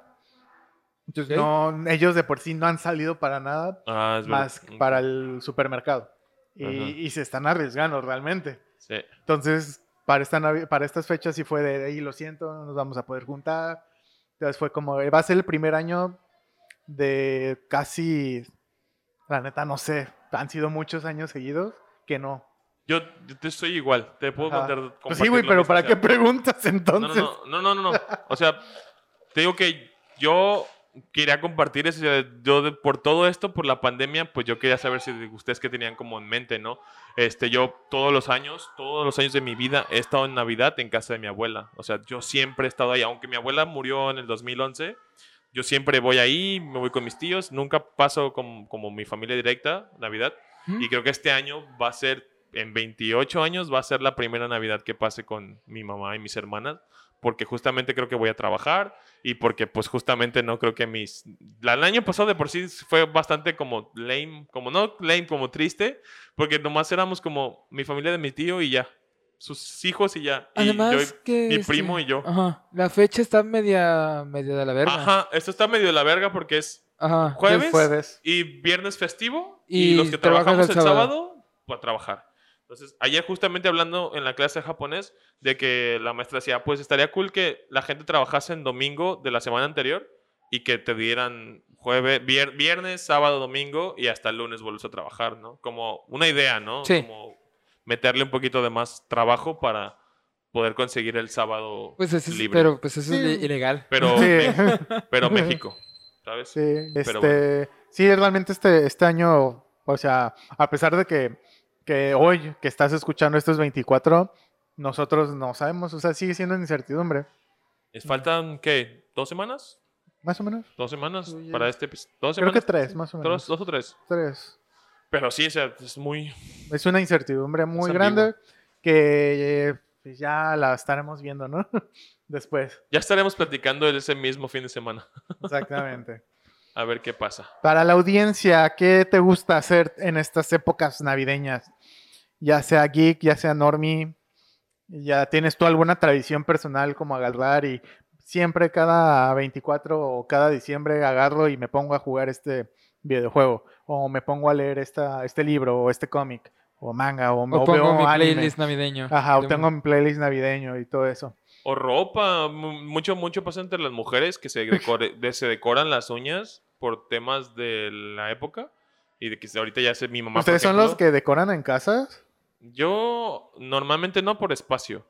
Speaker 1: Entonces,
Speaker 3: Ok.
Speaker 1: no, ellos de por sí no han salido para nada
Speaker 2: Ah, es verdad.
Speaker 1: más que para el supermercado. Y-
Speaker 2: Ajá.
Speaker 1: y se están arriesgando realmente.
Speaker 2: Sí.
Speaker 1: Entonces, para, esta Navi- para estas fechas sí fue de ahí, lo siento, no nos vamos a poder juntar. Entonces fue como, eh, va a ser el primer año de casi, la neta, no sé, han sido muchos años seguidos que no.
Speaker 2: Yo, yo te estoy igual. Te puedo
Speaker 1: Ajá.
Speaker 2: contar.
Speaker 1: Pues sí,
Speaker 2: compartir
Speaker 1: güey,
Speaker 2: lo
Speaker 1: pero
Speaker 2: mismo,
Speaker 1: ¿para
Speaker 2: o sea,
Speaker 1: qué preguntas
Speaker 2: No,
Speaker 1: entonces?
Speaker 2: no, no, no, no, no, no. O sea, te digo que yo quería compartir eso. o sea, Yo, de- por todo esto, por la pandemia, pues yo quería saber si ustedes que tenían como en mente, ¿no? Este, yo todos los años, todos los años de mi vida he estado en Navidad en casa de mi abuela. O sea, yo siempre he estado ahí. Aunque mi abuela murió en el 2011, yo siempre voy ahí, me voy con mis tíos. Nunca paso como, como mi familia directa Navidad.
Speaker 3: ¿Mm?
Speaker 2: Y creo que este año va a ser, en 28 años, va a ser la primera Navidad que pase con mi mamá y mis hermanas. Porque justamente creo que voy a trabajar y porque pues justamente no creo que mis... La- El año pasado de por sí fue bastante como lame, como no lame, como triste, porque nomás éramos como mi familia de mi tío y ya, sus hijos y ya. Y yo-
Speaker 3: Además que...
Speaker 2: mi
Speaker 3: este,
Speaker 2: primo y yo.
Speaker 3: Ajá. La fecha está media, media de la verga. Ajá.
Speaker 2: ajá, esto está medio de la verga porque es
Speaker 3: Ajá.
Speaker 1: ¿Qué
Speaker 2: jueves,
Speaker 1: jueves?
Speaker 2: y viernes festivo y,
Speaker 3: Y
Speaker 2: los que
Speaker 3: trabajas
Speaker 2: trabajamos el
Speaker 3: el
Speaker 2: sábado, pues a trabajar. Entonces, ayer justamente hablando en la clase de japonés de que la maestra decía, pues estaría cool que la gente trabajase en domingo de la semana anterior y que te dieran jueves, vier- viernes, sábado, domingo y hasta el lunes vuelves a trabajar, ¿no? Como una idea, ¿no?
Speaker 3: Sí.
Speaker 2: Como meterle un poquito de más trabajo para poder conseguir el sábado
Speaker 3: Pues eso es,
Speaker 2: libre.
Speaker 3: pero pues eso es
Speaker 1: Sí.
Speaker 3: li- ilegal.
Speaker 2: Pero,
Speaker 1: Sí.
Speaker 2: pero México, ¿sabes?
Speaker 1: Sí,
Speaker 2: Pero
Speaker 1: este,
Speaker 2: bueno.
Speaker 1: sí, realmente este, este año, o sea, a pesar de que, que hoy que estás escuchando estos 24, nosotros no sabemos, o sea, sigue siendo incertidumbre,
Speaker 2: ¿Les faltan, qué, dos semanas?
Speaker 1: más o menos.
Speaker 2: Dos semanas
Speaker 1: Oye.
Speaker 2: para este episodio. Dos
Speaker 1: Creo que
Speaker 2: semanas.
Speaker 1: tres, más o menos.
Speaker 2: Dos, dos o tres.
Speaker 1: Tres.
Speaker 2: Pero sí, o sea, es muy.
Speaker 1: Es una incertidumbre muy
Speaker 2: ambiguo.
Speaker 1: grande que eh, pues ya la estaremos viendo, ¿no? Después,
Speaker 2: Ya estaremos platicando ese mismo fin de semana.
Speaker 1: exactamente.
Speaker 2: A ver qué pasa.
Speaker 1: Para la audiencia, ¿qué te gusta hacer en estas épocas navideñas? Ya sea geek, ya sea normie, ya tienes tú alguna tradición personal como agarrar y siempre cada 24 o cada diciembre agarro y me pongo a jugar este videojuego o me pongo a leer esta, este libro o este cómic o manga o,
Speaker 3: O
Speaker 1: o
Speaker 3: pongo mi
Speaker 1: veo anime.
Speaker 3: playlist navideño.
Speaker 1: Ajá, o
Speaker 3: De-
Speaker 1: tengo mi playlist navideño y todo eso.
Speaker 2: O ropa. mu- Mucho, mucho pasa entre las mujeres que se, decore- de- se decoran las uñas por temas de la época. Y de que ahorita ya se mi mamá. por
Speaker 1: ¿Ustedes son los
Speaker 2: ejemplo.
Speaker 1: que decoran en casas?
Speaker 2: Yo normalmente no por espacio.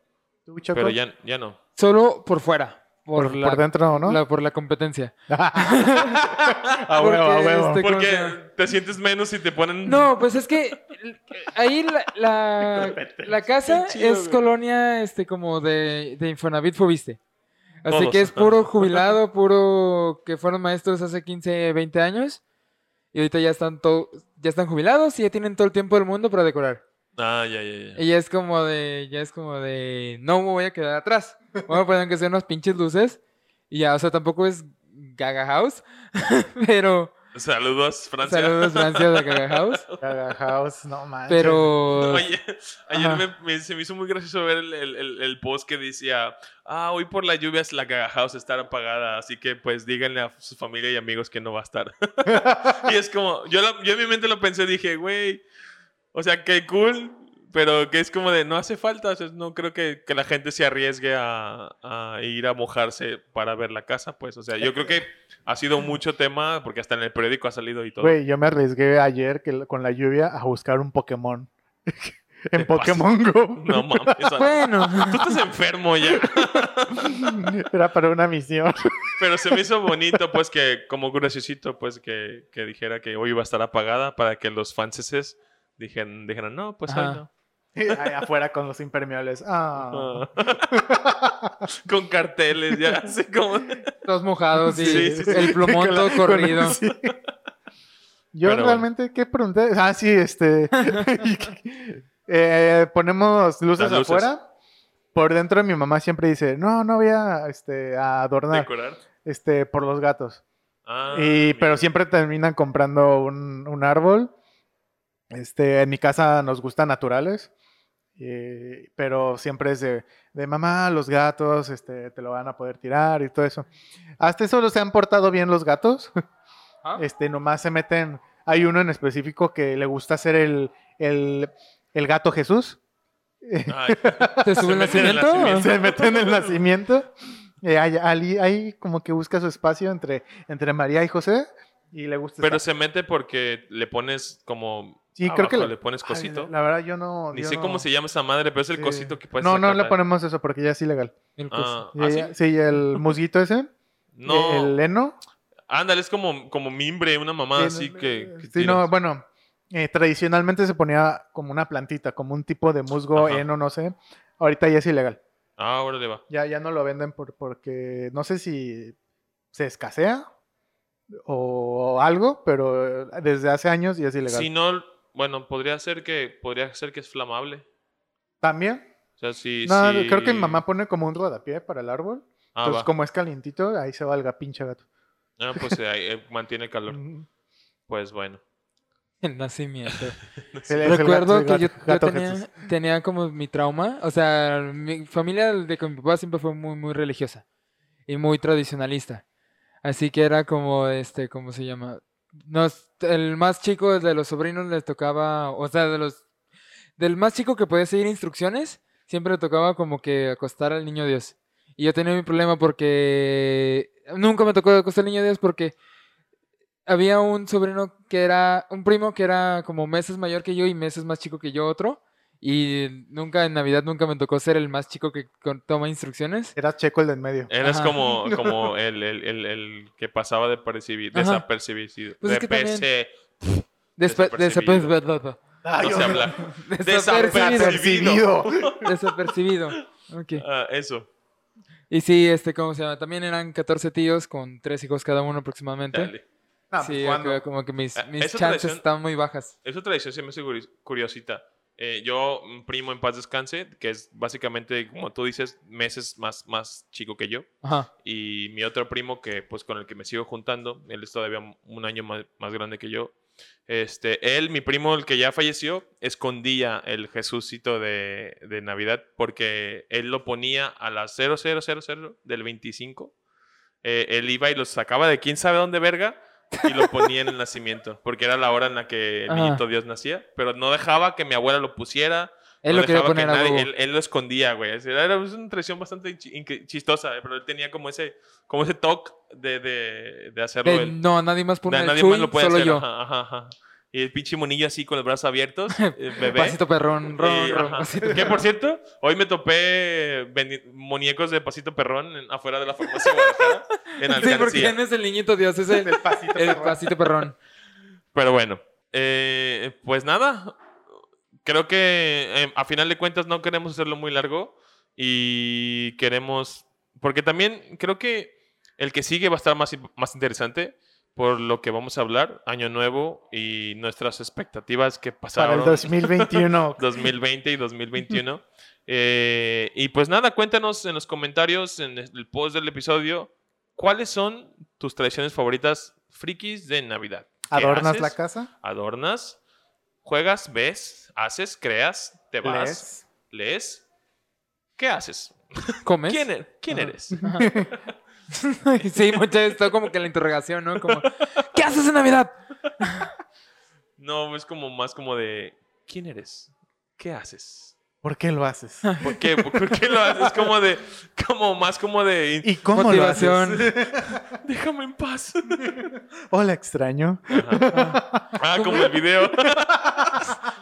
Speaker 1: ¿Tú, Choco?
Speaker 2: Pero ya, ya no.
Speaker 3: Solo por fuera. Por,
Speaker 1: por,
Speaker 3: la,
Speaker 1: por dentro, ¿no?
Speaker 3: la- por la competencia.
Speaker 1: a huevo, a
Speaker 3: Porque,
Speaker 1: huevo.
Speaker 3: este, ¿cómo se llama?
Speaker 2: Porque te sientes menos si te ponen.
Speaker 3: No, pues es que l- ahí la, la- la casa
Speaker 2: Qué chido,
Speaker 3: es
Speaker 2: güey.
Speaker 3: colonia este como de, de Infonavit Fobiste. Así
Speaker 2: Todos.
Speaker 3: que es puro jubilado, puro que fueron maestros hace 15, 20 años. Y ahorita ya están to- ya están jubilados y ya tienen todo el tiempo del mundo para decorar.
Speaker 2: Ah, ya, ya, ya.
Speaker 3: Y ya es como de, ya es como de, no me voy a quedar atrás. Bueno, a poner que sean unas pinches luces. Y ya, o sea, tampoco es Gaga House, pero
Speaker 2: Saludos, Francia.
Speaker 3: saludos Francia de Gaga House.
Speaker 1: Gaga House, no manches.
Speaker 3: Pero
Speaker 2: Oye, ayer
Speaker 3: Ajá.
Speaker 2: me, me- se me hizo muy gracioso ver el, el- el- el post que decía, ah, hoy por las lluvias la Gaga House estará apagada, así que pues díganle a su familia y amigos que no va a estar. y es como, yo, lo- yo en mi mente lo pensé, dije, güey, o sea, qué cool, pero que es como de, no hace falta, o sea, no creo que, que la gente se arriesgue a, a ir a mojarse para ver la casa, pues, o sea, yo creo que ha sido mucho tema, porque hasta en el periódico ha salido y todo.
Speaker 1: Güey, yo me arriesgué ayer que, con la lluvia a buscar un Pokémon.
Speaker 2: Te
Speaker 1: en Pokémon Go.
Speaker 2: No mames, Ana.
Speaker 3: bueno,
Speaker 2: tú estás enfermo ya.
Speaker 1: Era para una misión.
Speaker 2: Pero se me hizo bonito, pues, que como graciosito, pues, que, que dijera que hoy iba a estar apagada para que los franceses dijeran, dijeran no, pues hoy
Speaker 3: Ajá.
Speaker 2: no.
Speaker 1: Ahí afuera con los impermeables. Ah.
Speaker 2: Ah. Con carteles, ya, así como...
Speaker 3: todos mojados y
Speaker 2: Sí, sí, sí.
Speaker 3: el plumón
Speaker 1: Con la-
Speaker 3: todo
Speaker 1: con-
Speaker 3: corrido.
Speaker 1: sí. Yo
Speaker 2: Pero bueno.
Speaker 1: realmente, ¿qué pregunté? Ah, sí, este. eh, ponemos luces,
Speaker 2: Las luces.
Speaker 1: afuera. Por dentro mi mamá siempre dice, no, no voy a, este, a adornar
Speaker 2: Decorar.
Speaker 1: este, por los gatos.
Speaker 2: Ah,
Speaker 1: y,
Speaker 2: mira.
Speaker 1: pero siempre terminan comprando un, un árbol. Este, en mi casa nos gustan naturales. eh, pero siempre es de, de, mamá, los gatos, este, te lo van a poder tirar y todo eso. Hasta eso se han portado bien los gatos.
Speaker 3: ¿Ah?
Speaker 1: Este, nomás se meten. Hay uno en específico que le gusta ser el, el, el gato Jesús.
Speaker 2: Ay,
Speaker 3: ¿Te
Speaker 2: Se
Speaker 3: sube el
Speaker 2: meten en el
Speaker 3: nacimiento?
Speaker 2: nacimiento.
Speaker 1: Se mete en el nacimiento. eh, ahí, ahí- ahí como que busca su espacio entre, entre María y José. Y le gusta
Speaker 2: pero
Speaker 1: estar-
Speaker 2: se mete porque le pones como...
Speaker 1: Sí, creo que
Speaker 2: abajo
Speaker 1: le-
Speaker 2: le pones
Speaker 1: Ay,
Speaker 2: Ah, pues, cosito.
Speaker 1: la verdad, yo no.
Speaker 2: Ni
Speaker 1: yo
Speaker 2: sé
Speaker 1: no-
Speaker 2: cómo se llama esa madre, pero es el
Speaker 1: sí.
Speaker 2: cosito que puedes
Speaker 1: No, no
Speaker 2: sacarle.
Speaker 1: le ponemos eso porque ya es ilegal.
Speaker 3: El cus-
Speaker 2: Ah,
Speaker 1: Y
Speaker 2: ¿ah, sí?
Speaker 1: ya- sí? el musguito ese.
Speaker 2: No.
Speaker 1: El heno.
Speaker 2: Ándale, es como, como mimbre, una mamá
Speaker 1: sí,
Speaker 2: así
Speaker 1: no,
Speaker 2: que.
Speaker 1: eh,
Speaker 2: que
Speaker 1: sí, no,
Speaker 2: tiras.
Speaker 1: bueno. eh, tradicionalmente se ponía como una plantita, como un tipo de musgo,
Speaker 2: Ajá.
Speaker 1: heno, no sé. Ahorita ya es ilegal.
Speaker 2: Ah, órale, va.
Speaker 1: Ya, ya no lo venden por, porque no sé si se escasea o algo, pero eh, desde hace años ya es ilegal.
Speaker 2: Si no, bueno, podría ser que podría ser que es flamable.
Speaker 1: También.
Speaker 2: O sea, si.
Speaker 1: No,
Speaker 2: si-
Speaker 1: creo que mi mamá pone como un rodapié para el árbol.
Speaker 2: Ah,
Speaker 1: entonces,
Speaker 2: va.
Speaker 1: como es calientito, ahí se valga pinche gato.
Speaker 2: Ah, pues eh, ahí, eh, mantiene calor.
Speaker 1: Mm.
Speaker 2: Pues bueno.
Speaker 3: el nacimiento.
Speaker 1: El- es el
Speaker 3: Recuerdo
Speaker 1: gato-
Speaker 3: que yo,
Speaker 1: gato-
Speaker 3: yo
Speaker 1: gato Jesús.
Speaker 3: tenía, tenía como mi trauma. O sea, mi familia de con mi papá siempre fue muy, muy religiosa y muy tradicionalista. Así que era como, este, ¿cómo se llama? Nos, el más chico de los sobrinos les tocaba, o sea, de los, del más chico que podía seguir instrucciones, siempre le tocaba como que acostar al niño Dios. Y yo tenía mi problema porque nunca me tocó acostar al niño Dios porque había un sobrino que era, un primo que era como meses mayor que yo y meses más chico que yo otro. Y nunca en Navidad nunca me tocó ser el más chico que con- toma instrucciones.
Speaker 1: Era Checo el de en medio.
Speaker 2: Eres
Speaker 3: Ajá.
Speaker 2: como, como el, el, el, el que pasaba de percibir,
Speaker 3: Ajá.
Speaker 2: desapercibido.
Speaker 3: Pues es que también-
Speaker 2: Depece-
Speaker 3: Despe-
Speaker 2: Desapercibido.
Speaker 3: desaper-
Speaker 2: no sé hablar.
Speaker 3: Desapercibido.
Speaker 2: Desapercibido.
Speaker 3: Desapercibido. Ok.
Speaker 2: Ah, eso.
Speaker 3: Y sí, este, ¿cómo se llama? También eran 14 tíos con tres hijos cada uno aproximadamente.
Speaker 2: Dale.
Speaker 1: Ah,
Speaker 3: sí, yo
Speaker 1: ¿cuándo?
Speaker 3: creo como que mis,
Speaker 2: Ah,
Speaker 3: mis
Speaker 2: esa
Speaker 3: chances
Speaker 2: tradición-
Speaker 3: están muy bajas.
Speaker 2: Esa tradición se me hace curi- curiosita. Eh, yo, un primo en paz descanse, que es básicamente, como tú dices, meses más, más chico que yo.
Speaker 3: Ajá.
Speaker 2: y mi otro primo que pues con el que me sigo juntando, él es todavía un año más, más grande que yo. Este, él, mi primo, el que ya falleció, escondía el Jesucito de, de Navidad porque él lo ponía a las 0000 del 25. Eh, él iba y los sacaba de quién sabe dónde verga y lo ponía en el nacimiento porque era la hora en la que el
Speaker 3: Ajá.
Speaker 2: niñito Dios nacía, pero no dejaba que mi abuela lo pusiera.
Speaker 3: Él
Speaker 2: No
Speaker 3: lo quería
Speaker 2: dejaba que
Speaker 3: poner a
Speaker 2: nadie-
Speaker 3: huevo.
Speaker 2: él, él lo escondía, güey. Así, Era una tradición bastante chi- inque- chistosa, eh, pero él tenía como ese, como ese toque de, de, de hacerlo.
Speaker 3: De,
Speaker 2: él.
Speaker 3: no, nadie más pone
Speaker 2: Na-
Speaker 3: el
Speaker 2: nadie más
Speaker 3: chuy,
Speaker 2: lo puede
Speaker 3: solo
Speaker 2: hacer.
Speaker 3: yo.
Speaker 2: ajá, ajá, ajá. Y el pinche monillo así con los brazos abiertos, eh, bebé.
Speaker 3: Pasito perrón, ron,
Speaker 2: Y,
Speaker 3: ron,
Speaker 2: ajá.
Speaker 3: pasito
Speaker 2: Que por cierto, hoy me topé vendi- muñecos de Pasito Perrón en- afuera de la farmacia de Guadalajara, en
Speaker 3: perrón. Sí, porque
Speaker 2: alcancía.
Speaker 3: no es el niñito Dios, es el,
Speaker 1: El pasito,
Speaker 3: el
Speaker 1: perrón.
Speaker 3: pasito perrón.
Speaker 2: Pero bueno, eh, pues nada. Creo que eh, a final de cuentas no queremos hacerlo muy largo y queremos. Porque también creo que el que sigue va a estar más, in- más interesante. por lo que vamos a hablar, Año Nuevo y nuestras expectativas que
Speaker 1: Para
Speaker 2: pasaron
Speaker 1: el 2021.
Speaker 2: 2020 y 2021. Eh, y pues nada, cuéntanos en los comentarios, en el post del episodio, cuáles son tus tradiciones favoritas frikis de Navidad. ¿Qué
Speaker 1: ¿Adornas
Speaker 2: haces?
Speaker 1: la casa?
Speaker 2: Adornas, juegas, ves, haces, creas, te vas,
Speaker 1: ¿Lees?
Speaker 2: lees. ¿Qué haces?
Speaker 3: ¿Comes?
Speaker 2: ¿Quién, er- quién
Speaker 3: Ajá.
Speaker 2: eres?
Speaker 3: Ajá. sí, muchas veces está como que la interrogación, ¿no? Como, ¿qué haces en Navidad?
Speaker 2: No, es como más como de ¿quién eres? ¿Qué haces?
Speaker 1: ¿Por qué lo haces?
Speaker 2: ¿Por qué? ¿Por qué lo haces? Como de, como más como de
Speaker 1: ¿Y cómo
Speaker 3: Motivación.
Speaker 1: lo haces?
Speaker 2: déjame en paz.
Speaker 1: Hola, extraño.
Speaker 2: Ajá. Ah, como el video.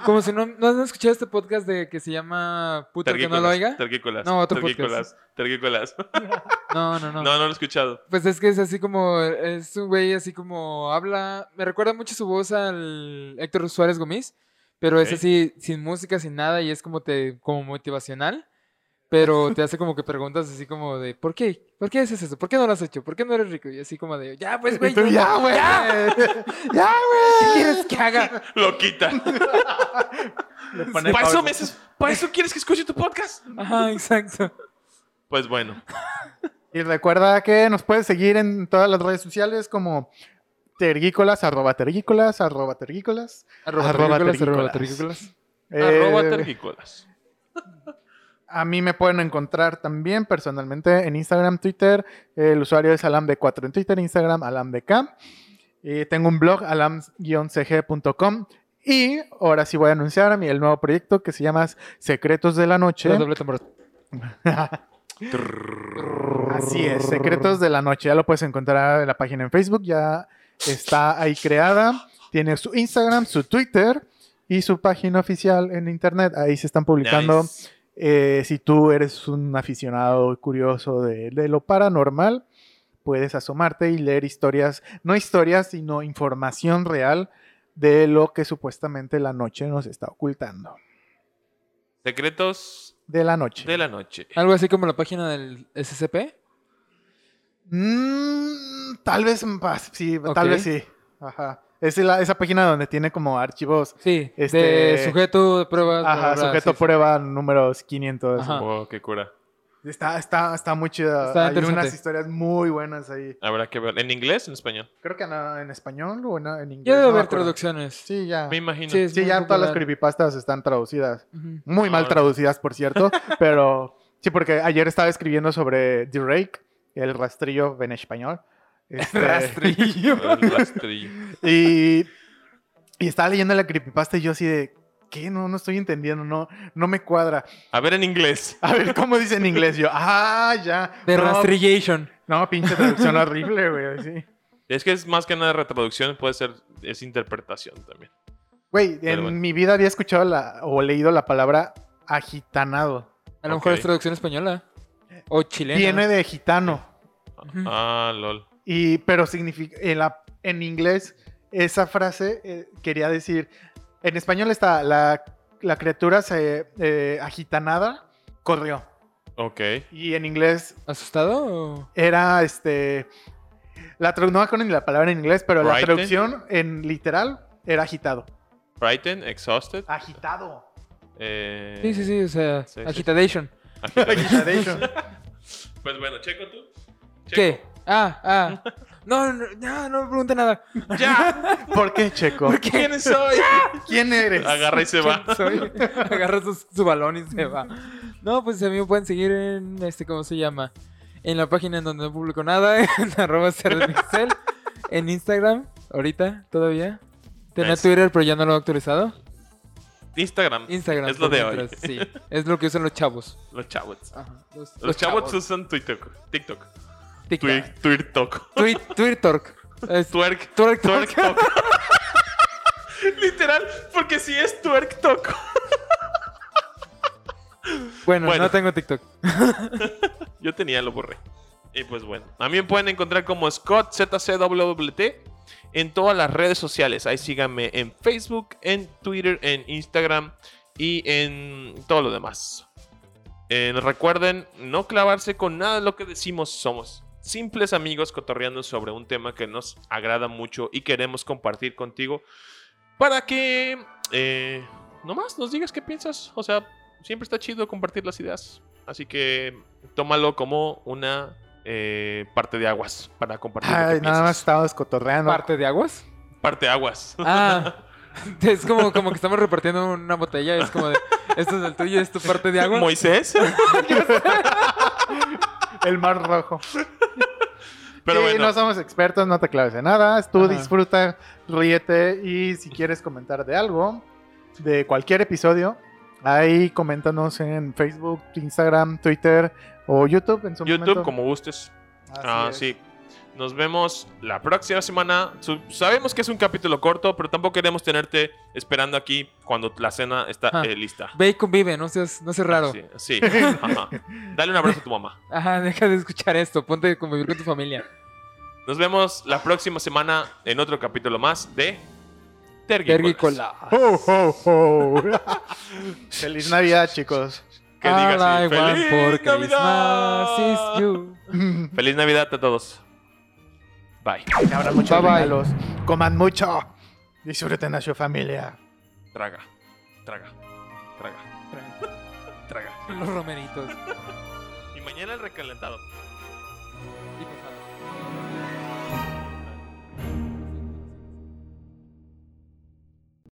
Speaker 3: Como si no, no han escuchado este podcast de que se llama Puta que no lo oiga.
Speaker 2: Terquícolas.
Speaker 3: No, otro
Speaker 2: terquícolas, terquícolas.
Speaker 3: No, no, no.
Speaker 2: No, no lo he escuchado.
Speaker 3: Pues es que es así como, es un güey así como habla, me recuerda mucho su voz al Héctor Suárez Gómez, pero
Speaker 2: Ok.
Speaker 3: es así sin música, sin nada y es como te como motivacional, pero te hace como que preguntas así como de, ¿por qué? ¿Por qué haces eso? ¿Por qué no lo has hecho? ¿Por qué no eres rico? Y así como de, ya pues
Speaker 1: Y
Speaker 3: güey,
Speaker 1: tú, ya, güey.
Speaker 3: ya,
Speaker 1: Ya,
Speaker 3: ¿qué
Speaker 1: güey.
Speaker 3: quieres que haga?
Speaker 2: Lo quita.
Speaker 1: Le pone
Speaker 2: ¿Para eso,
Speaker 1: pausa.
Speaker 2: me haces- ¿Para eso quieres que escuche tu podcast?
Speaker 3: Ajá, exacto.
Speaker 2: Pues bueno.
Speaker 1: Y recuerda que nos puedes seguir en todas las redes sociales como tergícolas, arroba tergícolas, arroba tergícolas.
Speaker 3: Arroba
Speaker 1: Arroba
Speaker 3: terrícolas, arroba
Speaker 1: terrícolas.
Speaker 3: terrícolas.
Speaker 2: Arroba
Speaker 1: Eh,
Speaker 2: terquícolas.
Speaker 1: A mí me pueden encontrar también personalmente en Instagram, Twitter. El usuario es alamb4 en Twitter, Instagram, alambk. Y tengo un blog, alam-cg.com. Y ahora sí voy a anunciar a mi el nuevo proyecto que se llama Secretos de la Noche.
Speaker 3: Pero doble tambor.
Speaker 1: Así es, Secretos de la Noche. Ya lo puedes encontrar en la página en Facebook, ya está ahí creada. Tiene su Instagram, su Twitter y su página oficial en Internet. Ahí se están publicando.
Speaker 2: Nice.
Speaker 1: Eh, si tú eres un aficionado curioso de, de lo paranormal, puedes asomarte y leer historias, no historias, sino información real de lo que supuestamente la noche nos está ocultando.
Speaker 2: Secretos
Speaker 1: De la noche.
Speaker 2: de la noche.
Speaker 3: Algo así como la página del SCP.
Speaker 1: Mm, tal vez más, sí,
Speaker 3: Ok.
Speaker 1: tal vez sí. Ajá. Es la- esa página donde tiene como archivos.
Speaker 3: Sí, de
Speaker 1: Este-
Speaker 3: sujeto de pruebas. bla,
Speaker 1: Ajá,
Speaker 3: bla, bla,
Speaker 1: sujeto
Speaker 3: sí, sí.
Speaker 1: prueba números 500.
Speaker 3: Ajá.
Speaker 2: Oh, qué cura.
Speaker 1: Está, está, está muy chida.
Speaker 3: Está
Speaker 1: Hay unas
Speaker 3: interesante.
Speaker 1: historias muy buenas ahí.
Speaker 2: Habrá que ver. ¿En inglés o en español?
Speaker 1: Creo que en, en español o en, en inglés.
Speaker 3: Ya debe
Speaker 1: no me
Speaker 3: haber
Speaker 1: acuerdo.
Speaker 3: traducciones.
Speaker 1: Sí, ya.
Speaker 2: Me imagino.
Speaker 3: Sí, es
Speaker 1: Sí,
Speaker 3: muy Ah.
Speaker 1: ya todas las
Speaker 3: popular.
Speaker 1: creepypastas están traducidas.
Speaker 3: Ujú.
Speaker 1: Muy mal
Speaker 2: Ahora.
Speaker 1: traducidas, por cierto. pero sí, porque ayer estaba escribiendo sobre The Rake, el rastrillo en español. Este,
Speaker 3: Rastrillo.
Speaker 2: El rastrillo.
Speaker 1: y, y estaba leyendo la creepypasta y yo así de, ¿qué? No, no estoy entendiendo, no, no me cuadra.
Speaker 2: A ver en inglés.
Speaker 1: A ver, ¿cómo dice en inglés? Yo, ah, ya.
Speaker 3: De
Speaker 1: no,
Speaker 3: rastrillation.
Speaker 1: no, pinche traducción horrible, güey. sí.
Speaker 2: Es que es más que nada retraducción, puede ser, es interpretación también.
Speaker 1: Güey, en
Speaker 2: Pero bueno.
Speaker 1: mi vida había escuchado la, o leído la palabra agitanado.
Speaker 3: A lo mejor
Speaker 2: Ok.
Speaker 3: es traducción española. O chilena.
Speaker 1: Viene de gitano.
Speaker 3: Ujú.
Speaker 2: Ah, lol.
Speaker 1: Y, pero significa, en, la- en inglés, esa frase eh, quería decir, en español está, la, la criatura se, eh, agitanada corrió.
Speaker 2: Ok.
Speaker 1: Y en inglés
Speaker 3: ¿Asustado? o-
Speaker 1: era, este, la traducción, no me acuerdo ni la palabra en inglés, pero la
Speaker 2: Frightened.
Speaker 1: traducción en literal era agitado.
Speaker 2: Frightened, exhausted.
Speaker 1: Agitado.
Speaker 2: eh,
Speaker 3: Sí, sí, sí. O sea,
Speaker 2: Sí, sí.
Speaker 3: agitadation.
Speaker 2: agitado.
Speaker 1: Agitadation.
Speaker 2: pues bueno, checo tú.
Speaker 3: ¿Qué? Ah, ah. No, no, no, no me pregunte nada.
Speaker 2: Checo. ¡Ya!
Speaker 1: ¿Por qué, Checo?
Speaker 2: ¿Quién soy?
Speaker 1: ¿Quién eres?
Speaker 2: Agarra y se va.
Speaker 3: Soy- agarra su, su balón y se va. No, pues a mí me pueden seguir en este, ¿cómo se llama? En la página en donde no publico nada, en arroba cerdelpixel, en Instagram, ahorita, todavía. Tenía
Speaker 2: Nice.
Speaker 3: Twitter, pero ya no lo he actualizado.
Speaker 2: Instagram.
Speaker 3: Instagram.
Speaker 2: Es lo
Speaker 3: por
Speaker 2: de hoy.
Speaker 3: mientras, Sí, es lo que usan los chavos.
Speaker 2: Los chavos.
Speaker 3: Ajá, Los,
Speaker 2: Los chavos usan TikTok. TikTok.
Speaker 3: TikTok.
Speaker 2: Twi- Twirtok.
Speaker 3: Tweet, Twitter Talk. Es-
Speaker 2: Twerk.
Speaker 3: Twerk Talk.
Speaker 2: Twerk Talk. Literal, porque si es Twerk Talk.
Speaker 3: Bueno,
Speaker 2: Bueno.
Speaker 3: no tengo TikTok.
Speaker 2: Yo tenía, lo borré. Y pues bueno, también pueden encontrar como Scott ZCWWT en todas las redes sociales. Ahí síganme en Facebook, en Twitter, en Instagram y en todo lo demás. Eh, recuerden no clavarse con nada de lo que decimos somos. simples amigos cotorreando sobre un tema que nos agrada mucho y queremos compartir contigo para que eh, nomás nos digas qué piensas. O sea, siempre está chido compartir las ideas. Así que tómalo como una eh, parte de aguas para compartir. lo que
Speaker 1: Ay, nada
Speaker 2: piensas.
Speaker 1: más estábamos cotorreando.
Speaker 3: ¿Parte de aguas?
Speaker 2: Parte de aguas.
Speaker 3: Ah, es como, como que estamos repartiendo una botella. Es como de, esto es el tuyo, esto es parte de agua.
Speaker 2: Moisés.
Speaker 1: El mar rojo.
Speaker 2: Pero
Speaker 1: Sí,
Speaker 2: bueno,
Speaker 1: no somos expertos, no te claves en nada. Tú
Speaker 3: Ajá.
Speaker 1: disfruta, ríete y si quieres comentar de algo, de cualquier episodio, ahí coméntanos en Facebook, Instagram, Twitter o YouTube en su
Speaker 2: YouTube
Speaker 1: momento.
Speaker 2: como gustes.
Speaker 1: Así
Speaker 2: Ah,
Speaker 1: es.
Speaker 2: sí. Nos vemos la próxima semana. Su- Sabemos que es un capítulo corto, pero tampoco queremos tenerte esperando aquí cuando la cena está
Speaker 3: Ah.
Speaker 2: eh, lista.
Speaker 3: Ve y convive, no seas, no seas raro.
Speaker 2: Ah, Sí, sí, ajá. Dale un abrazo a tu mamá.
Speaker 3: Ajá, deja de escuchar esto. Ponte a convivir con tu familia.
Speaker 2: Nos vemos la próxima semana en otro capítulo más de Tergicolas.
Speaker 3: Tergicola.
Speaker 1: Ho, ho, ho. Feliz Navidad, chicos.
Speaker 2: Que diga
Speaker 3: All
Speaker 2: así,
Speaker 3: I want
Speaker 2: "Feliz
Speaker 3: for
Speaker 2: Navidad".
Speaker 3: Christmas is you.
Speaker 2: Feliz Navidad a todos. Bye.
Speaker 1: Habrá muchos
Speaker 3: Bye, bye.
Speaker 1: regalos. Coman mucho. Disfruten a su familia.
Speaker 2: Traga. Traga. Traga. Traga.
Speaker 3: Los romeritos.
Speaker 2: Y mañana el recalentado.
Speaker 3: Y pues